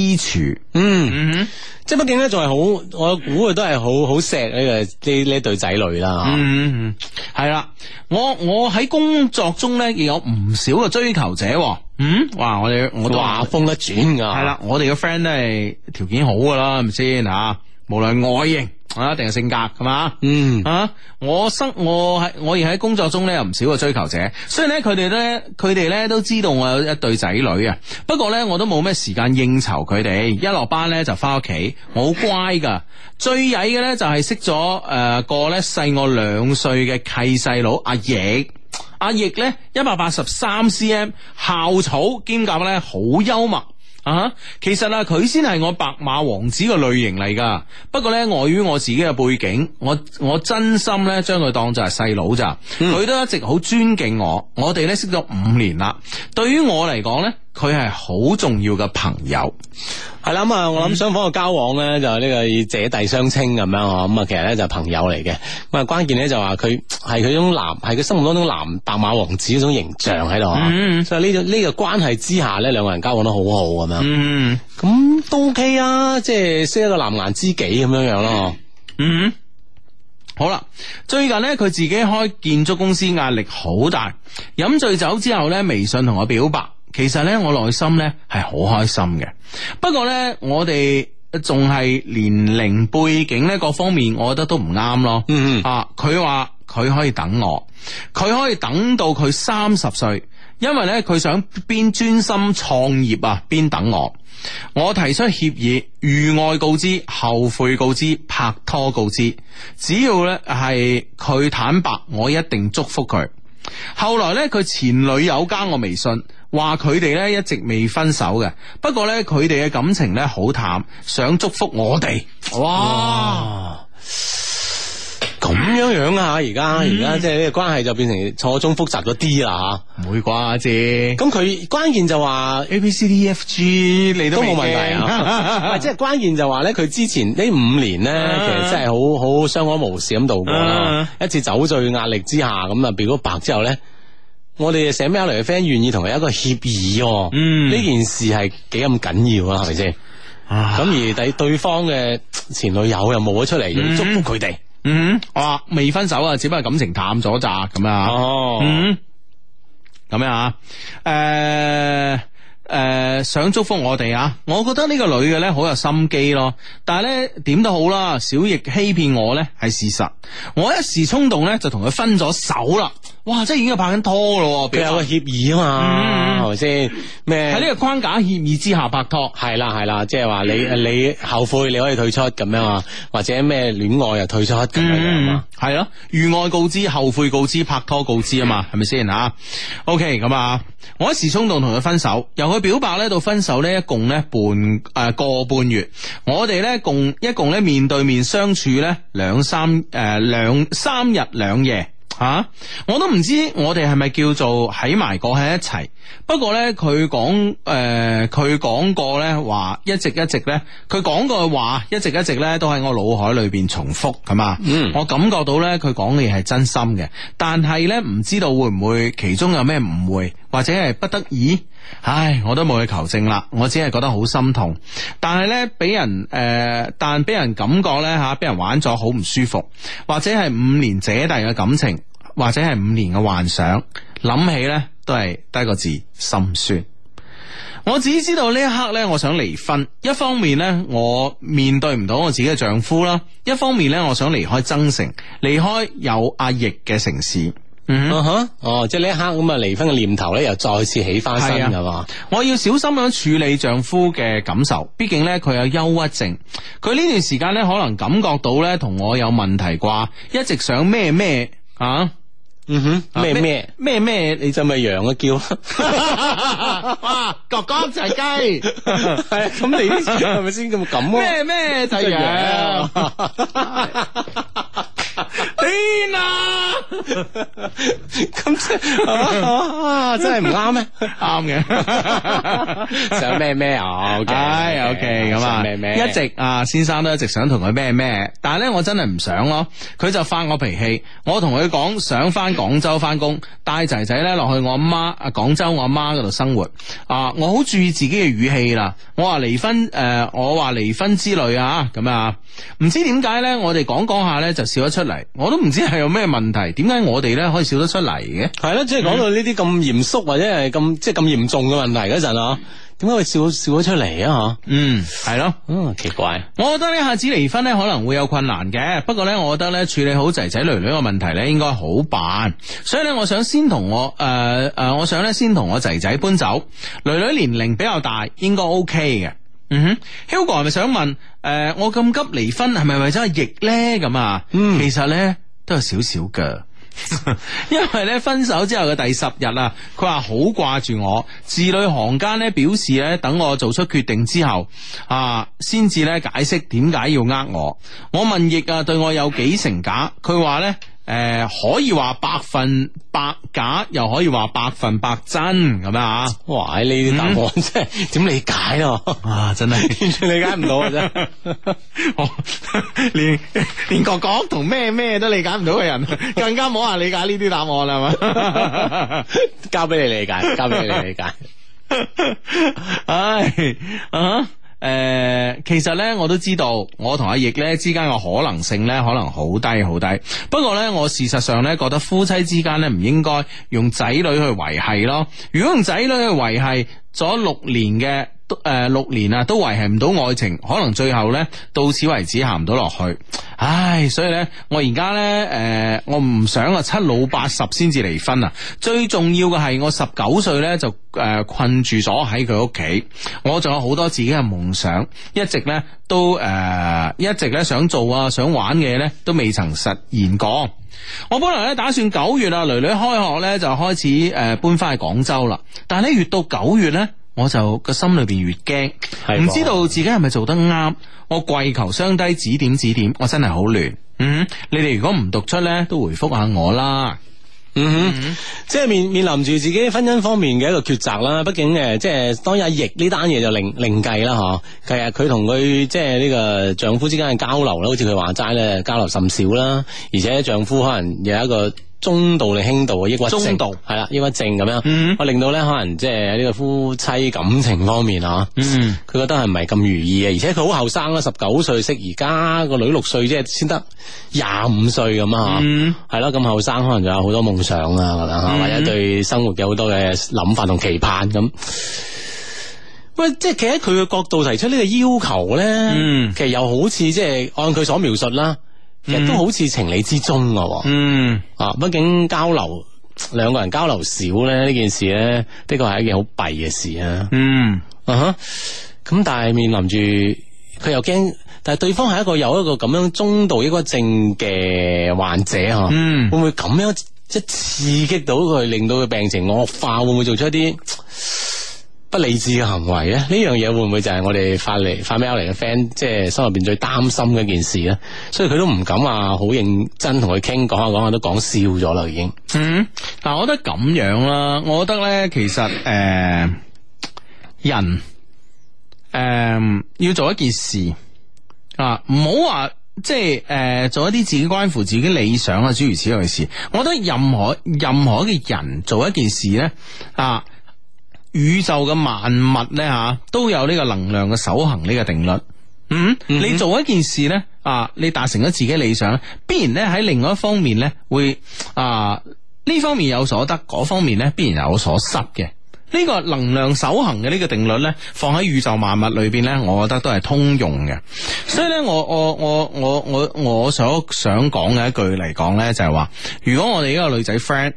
Speaker 1: 柱。
Speaker 3: 嗯，即係畢竟咧，仲係好，我估佢都係好好錫呢個呢呢對仔女啦。嚇
Speaker 1: 嗯，嗯嗯係啦，我我喺工作中咧亦有唔少嘅追求者喎。嗯，哇！我哋我都
Speaker 3: 話風一轉㗎，
Speaker 1: 系啦，我哋嘅 friend 都係條件好噶啦，係咪先吓？無論外形啊，定係性格，係嘛？
Speaker 3: 嗯
Speaker 1: 啊！我生我喺我而喺工作中咧有唔少嘅追求者，雖然咧佢哋咧佢哋咧都知道我有一對仔女啊，不過咧我都冇咩時間應酬佢哋，一落班咧就翻屋企，我好乖噶。最曳嘅咧就係識咗誒個咧細我兩歲嘅契細佬阿奕。阿奕咧一百八十三 cm，校草兼夾咧好幽默。啊！其實啊，佢先係我白馬王子嘅類型嚟噶。不過呢，礙於我自己嘅背景，我我真心呢將佢當作係細佬咋。佢都一直好尊敬我。我哋呢識咗五年啦。對於我嚟講呢，佢係好重要嘅朋友。
Speaker 3: 係啦，咁啊，我諗雙方嘅交往咧，就呢個以姐弟相稱咁樣嗬，咁啊，其實咧就係朋友嚟嘅，咁啊，關鍵咧就話佢係佢種男，係佢心目當中男白馬王子嗰種形象喺度啊，所以呢種呢個關係之下咧，兩個人交往得好好咁樣，
Speaker 1: 嗯
Speaker 3: 咁都 OK 啊，即係識一個藍顏知己咁樣樣咯，
Speaker 1: 嗯。好啦，最近呢，佢自己開建築公司，壓力好大。飲醉酒之後呢，微信同我表白。其實呢，我內心呢係好開心嘅。不過呢，我哋仲係年齡背景呢各方面，我覺得都唔啱咯。
Speaker 3: 嗯
Speaker 1: 啊，佢話佢可以等我，佢可以等到佢三十歲，因為呢，佢想邊專心創業啊，邊等我。我提出協議，遇愛告知，後悔告知，拍拖告知。只要呢係佢坦白，我一定祝福佢。後來呢，佢前女友加我微信，話佢哋呢一直未分手嘅，不過呢，佢哋嘅感情呢好淡，想祝福我哋。哇！
Speaker 3: 啊，咁樣樣啊，而家而家即係呢個關係就變成錯綜複雜咗啲啦
Speaker 1: 唔會啩啫
Speaker 3: 吓，咁佢關鍵就話。
Speaker 1: ？A B C D E F G 你
Speaker 3: 都
Speaker 1: 都
Speaker 3: 冇
Speaker 1: 冇
Speaker 3: 問
Speaker 1: 問
Speaker 3: 題
Speaker 1: 題
Speaker 3: 啊！唔係
Speaker 1: 啊！
Speaker 3: 即係關鍵就話咧，佢之前呢五年咧，
Speaker 1: 啊
Speaker 3: 其實真係好好相安無事咁度過啦
Speaker 1: 啊。
Speaker 3: 一次酒醉壓力之下，咁啊表咗白之後咧，我哋寫 mail 嚟嘅 friend 願意同佢有一個協議喎。
Speaker 1: 嗯
Speaker 3: 呢件事係幾咁緊要啊？係咪先？咁
Speaker 1: 咁
Speaker 3: 而第對方嘅前女友又冇咗出嚟，要祝福佢哋。
Speaker 1: 嗯，哇，未分手啊，只不過感情淡咗咋咁啊。
Speaker 3: 哦
Speaker 1: 嗯，咁樣啊，诶、诶、想祝福我哋啊！我覺得呢個女嘅咧好有心機咯，但係咧點都好啦，小易欺騙我咧係事實，我一時衝動咧就同佢分咗手啦。哇，即係已經係拍緊拖咯喎，
Speaker 3: 佢
Speaker 1: 表
Speaker 3: 有個
Speaker 1: 白
Speaker 3: 協議啊
Speaker 1: 嗯
Speaker 3: 嘛，係咪先？咩
Speaker 1: 喺呢個框架協議之下拍拖。
Speaker 3: 係啦係啦，即係話你你後悔你可以退出咁樣啊，或者咩戀愛又退出咁樣啊
Speaker 1: 嗯
Speaker 3: 嘛。，
Speaker 1: 系咯，遇愛告知，後悔告知，拍拖告知啊嘛，係咪先吓？OK，咁啊，我一時衝動同佢分手，由佢表白咧到分手咧，一共咧半誒、呃、個半月，我哋咧共一共咧面對面相處咧兩三誒兩、三日兩夜。吓、啊我都唔知我哋係咪叫做喺埋過喺一齊。不過咧，佢講誒，佢講過咧話，一直一直咧，佢講過嘅話，一直一直咧都喺我腦海裏邊重複咁啊。
Speaker 3: 嗯
Speaker 1: 我感覺到咧，佢講嘅嘢係真心嘅，但係咧唔知道會唔會其中有咩誤會，或者係不得已。唉，我都冇去求證啦，我只係覺得好心痛，但係咧俾人誒、呃但俾人感覺咧吓，俾人玩咗好唔舒服，或者係五年姐弟嘅感情，或者係五年嘅幻想，諗起咧都係得一個字心酸。我只知道呢一刻呢，我想離婚。一方面呢，我面對唔到我自己嘅丈夫啦；一方面呢，我想離開增城，離開有阿奕嘅城市。嗯哼
Speaker 3: 啊哈，哦，即係呢一刻咁啊，離婚嘅念頭咧又再次起翻身
Speaker 1: 係
Speaker 3: 係嘛？
Speaker 1: 我要小心咁處理丈夫嘅感受，畢竟呢，佢有憂鬱症，佢呢段時間呢，可能感覺到呢同我有問題啩，一直想咩咩啊
Speaker 3: 嗯哼，咩咩？
Speaker 1: 咩咩你
Speaker 3: 你就咪羊嘅叫，
Speaker 1: 哇 哥哥就係雞。
Speaker 3: 係啊，咁你係咪先咁咁啊？
Speaker 1: 咩咩就係羊？天 啊！
Speaker 3: 咁即係啊真係唔啱咩？
Speaker 1: 啱嘅。
Speaker 3: 想咩咩啊？OK，
Speaker 1: 唉，OK，咁啊，
Speaker 3: 咩咩
Speaker 1: 一直啊，先生都一直想同佢咩咩，但係咧我真係唔想咯，佢就發我脾氣，我同佢講想翻廣州翻工，帶仔仔咧落去我阿媽啊廣州我阿媽嗰度生活啊，我好注意自己嘅語氣啦，我話離婚誒、呃我話離婚之類啊，咁啊，唔知點解咧，我哋講講下咧就笑得出嚟，我都唔知係有咩問題，點解我哋咧可以笑得出嚟嘅？
Speaker 3: 係咯，即係講到呢啲咁嚴肅或者係咁即係咁嚴重嘅問題嗰陣啊，點解會笑笑咗出嚟啊？
Speaker 1: 嗯，係咯。
Speaker 3: 吓，嗯，奇怪，
Speaker 1: 我覺得呢下子離婚呢可能會有困難嘅，不過呢，我覺得呢處理好仔仔女女個問題呢應該好辦，所以呢，我想先同我誒誒、呃呃我想呢先同我仔仔搬走，女女年齡比較大，應該 OK 嘅。嗯哼，Hugo 係咪想問誒、呃我咁急離婚係咪為咗阿奕呢？咁啊？
Speaker 3: 嗯
Speaker 1: 其實呢，都有少少嘅。 因為咧分手之後嘅第十日啊，佢話好掛住我，字裏行間咧表示咧等我做出決定之後啊，先至咧解釋點解要呃我。我問亦啊對我有幾成假，佢話咧誒可以話百分百假，又可以話百分百真咁樣啊。
Speaker 3: 哇！呢啲答案真係點理解咯？
Speaker 1: 啊！真係
Speaker 3: 完全理解唔到啊！真係，
Speaker 1: 我 連連哥哥同咩咩都理解唔到嘅人，更加冇話理解呢啲答案啦，係嘛？
Speaker 3: 交俾你理解，交俾你理解。
Speaker 1: 唉啊！誒、其實咧我都知道，我同阿奕咧之間嘅可能性咧，可能好低好低。不過咧，我事實上咧覺得夫妻之間咧唔應該用仔女去維係咯。如果用仔女去維係咗六年嘅。誒、六年啊，都維係唔到愛情，可能最後咧到此為止行唔到落去。唉，所以咧，我而家咧誒，我唔想啊七老八十先至離婚啊。最重要嘅係我十九歲咧就誒、呃困住咗喺佢屋企，我仲有好多自己嘅夢想，一直咧都誒、呃一直咧想做啊想玩嘅嘢咧都未曾實現過。我本來咧打算九月啊，女女開學咧就開始誒、搬翻去廣州啦，但係咧越到九月咧。我就個心裏邊越驚，
Speaker 3: 係
Speaker 1: 唔
Speaker 3: 喎
Speaker 1: 知道自己係咪做得啱，我跪求雙低指點指點，我真係好亂。嗯，你哋如果唔讀出咧，都回覆下我啦。
Speaker 3: 嗯哼，即係面面臨住自己婚姻方面嘅一個抉擇啦。畢竟誒，即係當然阿奕呢單嘢就另另計啦，嗬。其實佢同佢即係呢個丈夫之間嘅交流啦，好似佢話齋咧，交流甚少啦。而且丈夫可能有一個中度定輕度嘅抑鬱症，
Speaker 1: 中度
Speaker 3: 係啦，抑鬱症咁樣，
Speaker 1: 嗯
Speaker 3: 我令到咧可能即係喺呢個夫妻感情方面啊。
Speaker 1: 嗯，
Speaker 3: 佢覺得係唔係咁如意嘅，而且佢好後生啊啦，十九歲識而家個女六歲啫，先得廿五歲咁啊，
Speaker 1: 嗯
Speaker 3: 係咯，咁後生可能仲有好多夢想啊，咁樣啊
Speaker 1: 嗯
Speaker 3: 或者對生活有好多嘅諗法同期盼咁。喂，即係企喺佢嘅角度提出呢個要求咧，
Speaker 1: 嗯
Speaker 3: 其實又好似即係按佢所描述啦，其實都好似情理之中噶喎。
Speaker 1: 嗯
Speaker 3: 啊，畢竟交流兩個人交流少咧，呢件事咧，的確係一件好弊嘅事啊。
Speaker 1: 嗯，
Speaker 3: 啊哈，咁但係面臨住佢又驚，但係對方係一個有一個咁樣中度抑鬱症嘅患者吓，
Speaker 1: 嗯
Speaker 3: 會唔會咁樣即係刺激到佢，令到佢病情惡化，會唔會做出一啲？不理智嘅行為咧，呢樣嘢會唔會就係我哋發嚟發 mail 嚟嘅 friend，即係心入邊最擔心嘅一件事咧？所以佢都唔敢話好認真同佢傾，講下講下都講笑咗啦，已經。
Speaker 1: 嗯，嗱，我覺得咁樣啦，我覺得咧，其實誒、呃人誒、呃要做一件事啊，唔好話即係誒、呃做一啲自己關乎自己理想啊，諸如此類嘅事。我覺得任何任何嘅人做一件事咧啊。宇宙嘅萬物咧吓，都有呢個能量嘅守恒呢個定律。嗯，你做一件事咧啊，你達成咗自己理想咧，必然咧喺另外一方面咧會啊呢方面有所得，嗰方面咧必然有所失嘅。呢個能量守恒嘅呢個定律咧，放喺宇宙萬物裏邊咧，我覺得都係通用嘅。所以咧，我我我我我我所想講嘅一句嚟講咧，就係話，如果我哋呢個女仔 friend。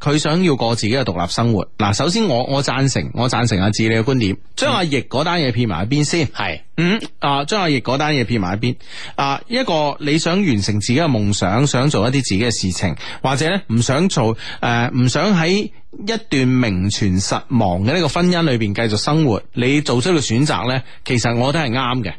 Speaker 1: 佢想要過自己嘅獨立生活。嗱，首先我我贊成，我贊成阿志你嘅觀點，將阿奕嗰單嘢撇埋一邊先。
Speaker 3: 係，
Speaker 1: 嗯，啊，將阿奕嗰單嘢撇埋一邊。啊，一個你想完成自己嘅夢想，想做一啲自己嘅事情，或者咧唔想做，誒、呃唔想喺一段名存實亡嘅呢個婚姻裏邊繼續生活，你做出嘅選擇咧，其實我覺得係啱嘅。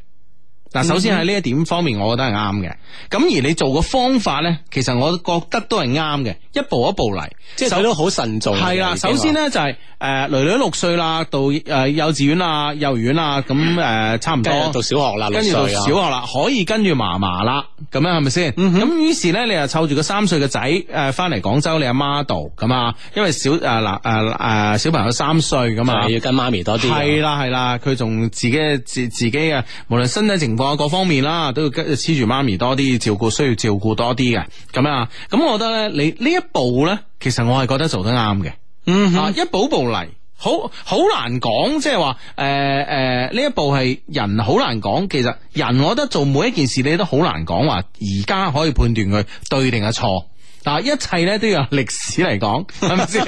Speaker 1: 嗱，首先喺呢一點方面，我覺得係啱嘅。咁而你做嘅方法咧，其實我覺得都係啱嘅，一步一步嚟。
Speaker 3: 即係佢都好慎重。
Speaker 1: 係啦，啊首先，咧就係誒女女六歲啦，到誒、呃幼稚園啦、幼兒園啦，咁誒、呃差唔
Speaker 3: 跟
Speaker 1: 多
Speaker 3: 住哦讀小學啦，
Speaker 1: 跟住到
Speaker 3: 六歲
Speaker 1: 小
Speaker 3: 啊
Speaker 1: 學啦，可以跟住嫲嫲啦，咁樣係咪先？
Speaker 3: 嗯
Speaker 1: 咁於是咧，你又湊住個三歲嘅仔誒翻嚟廣州你阿媽度咁啊，因為小誒嗱誒誒小朋友三歲咁啊
Speaker 3: 就係。要跟媽咪多啲。
Speaker 1: 係啦係啦，佢仲自己自自己嘅，無論身體情況啊各方面啦，都要跟黐住媽咪多啲照顧，需要照顧多啲嘅咁啊。咁我覺得咧，你呢一步咧，其實我係覺得做得啱嘅。
Speaker 3: 嗯
Speaker 1: 啊，一步步嚟。好好難講，即係話誒誒呢一步係人好難講。其實人，我覺得做每一件事你都好難講話，而家可以判斷佢對定係錯。嗱，一切咧都要由歷史嚟講，係咪先？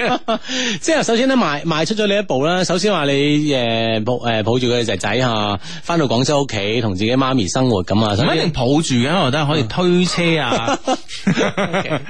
Speaker 3: 即係首先咧邁邁出咗呢一步啦。首先話你誒抱誒抱住佢仔仔嚇，翻到廣州屋企同自己媽咪生活咁啊。
Speaker 1: 唔一定抱住嘅，我覺得可以推車啊。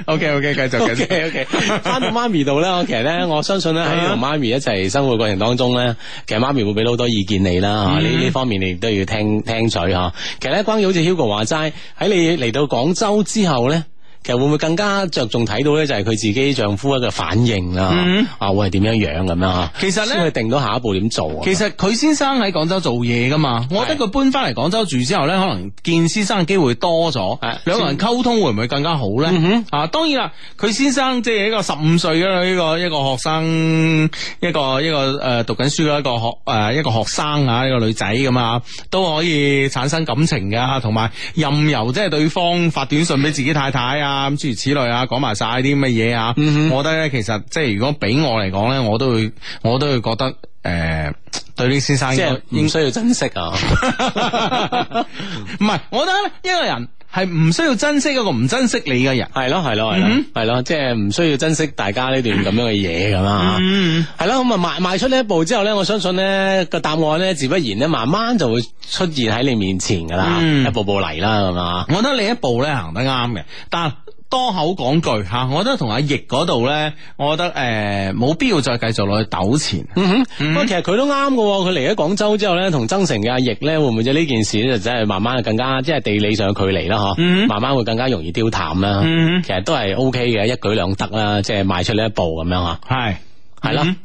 Speaker 1: OK OK，繼續
Speaker 3: O
Speaker 1: 繼
Speaker 3: K
Speaker 1: 續。
Speaker 3: O K，翻到媽咪度咧，我其實咧，我相信咧
Speaker 1: 啊
Speaker 3: 喺同媽咪一齊生活過程當中咧，其實媽咪會俾到好多意見你啦，
Speaker 1: 嗯
Speaker 3: 啊吓呢呢方面你亦都要聽聽取吓。其實咧，關於好似 Hugo 話齋，喺你嚟到廣州之後咧。其實會唔會更加着重睇到咧，就係佢自己丈夫一個反應啦，啊會係點樣樣咁樣啊？
Speaker 1: 嗯其實咧
Speaker 3: 先去定到下一步點做啊？
Speaker 1: 其實佢先生喺廣州做嘢噶嘛，我覺得佢搬翻嚟廣州住之後咧，可能見先生嘅機會多咗
Speaker 3: 係，
Speaker 1: 兩個人溝通會唔會更加好咧？啊，當然啦，佢先生即係一個十五歲嘅一個一個學生，一個一個誒、呃、讀緊書嘅一個學誒、呃、一個學生啊，一個女仔咁啊，都可以產生感情噶，同埋任由即係對方發短信俾自己太太啊，咁諸如此類啊，講埋晒啲咁嘅嘢啊，
Speaker 3: 嗯
Speaker 1: 我覺得咧，其實即係如果俾我嚟講咧，我都會我都會覺得誒。呃對呢個先生
Speaker 3: 即
Speaker 1: 應
Speaker 3: 係
Speaker 1: 該
Speaker 3: 唔需要珍惜啊！
Speaker 1: 嗯 唔係，我覺得咧，一個人係唔需要珍惜一個唔珍惜你嘅人。
Speaker 3: 係咯，係咯，係咯，
Speaker 1: 嗯
Speaker 3: 係咯，即係唔需要珍惜大家呢段咁樣嘅嘢咁啦
Speaker 1: 嗯
Speaker 3: 吓。係啦，咁啊邁邁出呢一步之後咧，我相信咧個答案咧，自不然咧，慢慢就會出現喺你面前噶啦，
Speaker 1: 嗯
Speaker 3: 一步步嚟啦，係嘛。
Speaker 1: 我覺得你一步咧行得啱嘅，但多口講句吓，我覺得同阿奕嗰度咧，我覺得誒冇、必要再繼續落去糾纏。啊
Speaker 3: 嗯哼，不過其實佢都啱嘅喎，佢嚟咗廣州之後咧，同增城嘅阿奕咧，會唔會就呢件事咧，就真係慢慢更加即係地理上嘅距離啦，嗬、
Speaker 1: 嗯
Speaker 3: 慢慢會更加容易丟淡啦。
Speaker 1: 嗯
Speaker 3: 其實都係 O K 嘅，一舉兩得啦，即係邁出呢一步咁樣吓，
Speaker 1: 係
Speaker 3: 係啦。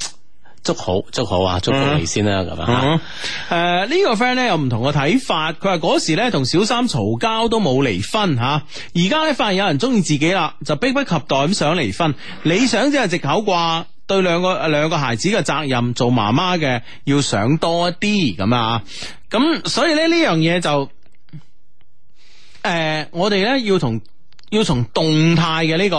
Speaker 3: 祝好，祝好啊！祝好你先啦，咁樣啊
Speaker 1: 誒、呢個 friend 咧有唔同嘅睇法，佢話嗰時咧同小三嘈交都冇離婚吓，而家咧發現有人中意自己啦，就迫不及待咁想離婚，理想只係藉口啩。對兩個兩個孩子嘅責任，做媽媽嘅要想多一啲咁啊，呃咁所以咧呢樣嘢就誒、我哋咧要同要從動態嘅呢個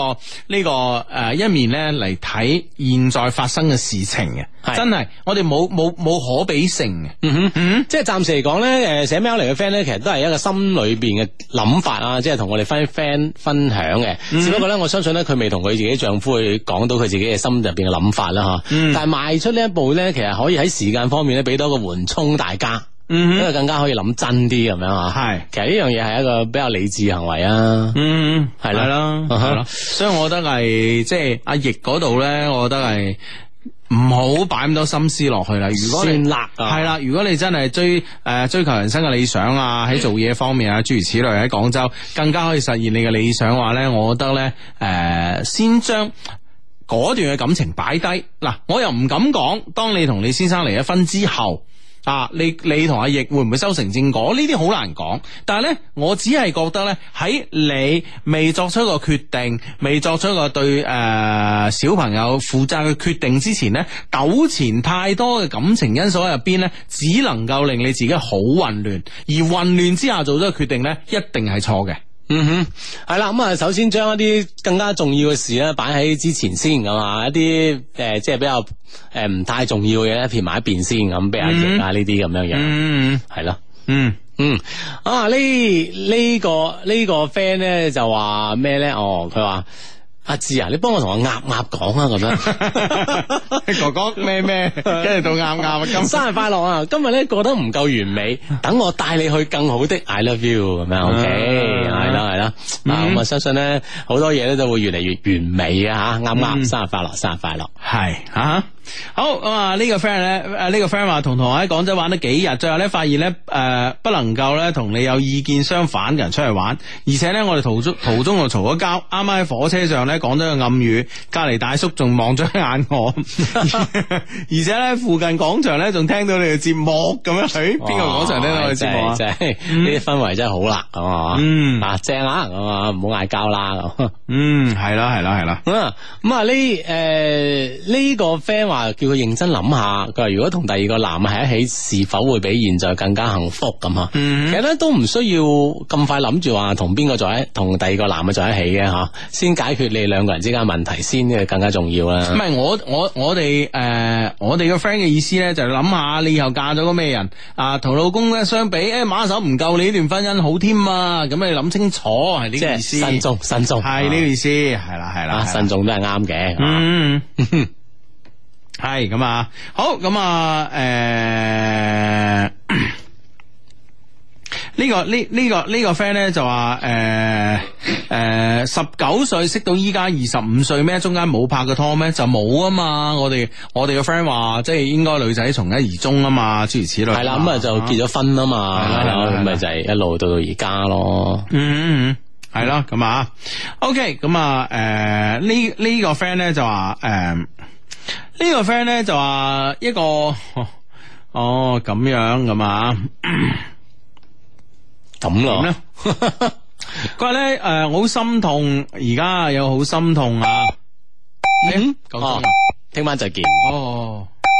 Speaker 1: 呢、個誒、呃一面咧嚟睇現在發生嘅事情嘅，
Speaker 3: 係
Speaker 1: 真係我哋冇冇冇可比性嘅。
Speaker 3: 嗯哼，即係暫時嚟講咧，诶，寫 mail 嚟嘅 friend 咧，其實都係一個心裏边嘅諗法啊，即係同我哋分 friend 分享嘅。
Speaker 1: 嗯
Speaker 3: 只不過咧，我相信咧，佢未同佢自己丈夫去講到佢自己嘅心入边嘅諗法啦，吓、
Speaker 1: 嗯
Speaker 3: 但係邁出呢一步咧，其實可以喺時間方面咧，俾多一個緩衝大家，
Speaker 1: 嗯
Speaker 3: 因為更加可以諗真啲咁樣啊。
Speaker 1: 係
Speaker 3: 其實呢樣嘢係一個比較理智嘅行為啊。
Speaker 1: 嗯，
Speaker 3: 係啦
Speaker 1: 係啦，
Speaker 3: 啊哈
Speaker 1: 係啦，所以我覺得係即係阿奕嗰度咧，我覺得係唔好擺咁多心思落去啦。如果
Speaker 3: 算
Speaker 1: 你
Speaker 3: 辣啊
Speaker 1: 係啦，如果你真係追诶追求人生嘅理想啊，喺做嘢方面啊，諸如此類，喺廣州更加可以實現你嘅理想話咧，我覺得咧诶先將。嗰段嘅感情擺低嗱，我又唔敢講。當你同你先生離咗婚之後，啊，你你同阿奕會唔會修成正果？呢啲好難講。但係咧，我只係覺得咧，喺你未作出一個決定，未作出一個對誒、呃小朋友負責嘅決定之前咧，糾纏太多嘅感情因素喺入邊咧，只能夠令你自己好混亂，而混亂之下做咗個決定咧，一定係錯嘅。
Speaker 3: 嗯哼，系啦，咁啊，首先將一啲更加重要嘅事咧擺喺之前先，咁啊，一啲诶、呃即係比較诶唔、太重要嘅咧，撇埋一邊先，咁俾阿
Speaker 1: 嗯
Speaker 3: 葉啊呢啲咁樣樣，
Speaker 1: 嗯
Speaker 3: 係咯、
Speaker 1: 嗯
Speaker 3: 嗯，啊呢呢、個呢、個 friend 咧就話咩咧？哦，佢話阿志啊，你幫我同阿鴨鴨講啊，咁樣。
Speaker 1: 哥哥咩 咩，跟住到啱啱咁
Speaker 3: 生日快樂啊！今日咧過得唔夠 完美，等我帶你去更好的 I love you 咁
Speaker 1: 啊
Speaker 3: 樣，OK，係啦係啦，
Speaker 1: 嗯
Speaker 3: 啊咁啊相信咧好多嘢咧就會越嚟越完美啊吓，啱唔
Speaker 1: 嗯
Speaker 3: 啱？生日快樂，生日快樂！
Speaker 1: 系啊，好咁啊！呢、個 friend 咧，誒呢、個 friend 話同同學喺廣州玩咗幾日，最後咧發現咧，誒、不能夠咧同你有意見相反嘅人出去玩，而且咧我哋途中 途中就嘈咗交，啱啱喺火車上咧講咗個暗語，隔離大叔仲望咗一眼我， 而且咧附近廣場咧仲聽到你嘅節目咁樣，誒邊個廣場聽到
Speaker 3: 哇
Speaker 1: 你嘅節目啊？
Speaker 3: 哦真係真係呢啲氛圍真係好啦，咁啊，
Speaker 1: 嗯
Speaker 3: 啊正啊，咁啊唔好嗌交啦咁。啊
Speaker 1: 嗯，係啦，係啦，係啦，
Speaker 3: 咁啊，咁啊呢诶呢個 friend 話叫佢認真諗下，佢話如果同第二個男喺一起，是否會比現在更加幸福咁啊？
Speaker 1: 嗯
Speaker 3: 其實咧都唔需要咁快諗住話同邊個在一同第二個男嘅在一起嘅吓，先解決你兩個人之間問題先，呢個更加重要
Speaker 1: 唔
Speaker 3: 啦。
Speaker 1: 係我我我哋誒、我哋個 friend 嘅意思咧，就係諗下你以後嫁咗個咩人啊，同老公咧相比，誒、馬手唔夠你呢段婚姻好添啊，咁你諗清楚係呢
Speaker 3: 即
Speaker 1: 個
Speaker 3: 係
Speaker 1: 意思，
Speaker 3: 慎重，慎重
Speaker 1: 係呢個意思，係啦係啦
Speaker 3: 啊，，慎重都係啱嘅。
Speaker 1: 嗯。系咁啊，好咁啊，诶、呢、個呢呢、個呢、個 friend 咧就話誒誒十九歲識到依家二十五歲咩？中間冇拍過拖咩？就冇啊嘛！我哋我哋個 friend 話即係應該女仔從一而終啊嘛，諸如此類。
Speaker 3: 係啦，咁啊就結咗婚啦嘛，
Speaker 1: 係啦
Speaker 3: 係
Speaker 1: 係啦
Speaker 3: 啦，咁
Speaker 1: 係啦
Speaker 3: 咪就係一路到到而家咯。
Speaker 1: 嗯，嗯嗯，係咯，咁啊，OK，咁啊，诶、呢呢、個 friend 咧就話，诶、呢、個 friend 咧就話一個，哦，咁樣咁啊。
Speaker 3: 咁
Speaker 1: 咁
Speaker 3: 咯
Speaker 1: 咧，？佢話咧，诶、我好心痛，而家又好心痛啊！
Speaker 3: 嗯
Speaker 1: 夠鐘啦
Speaker 3: 哦聽晚就見。
Speaker 1: 哦。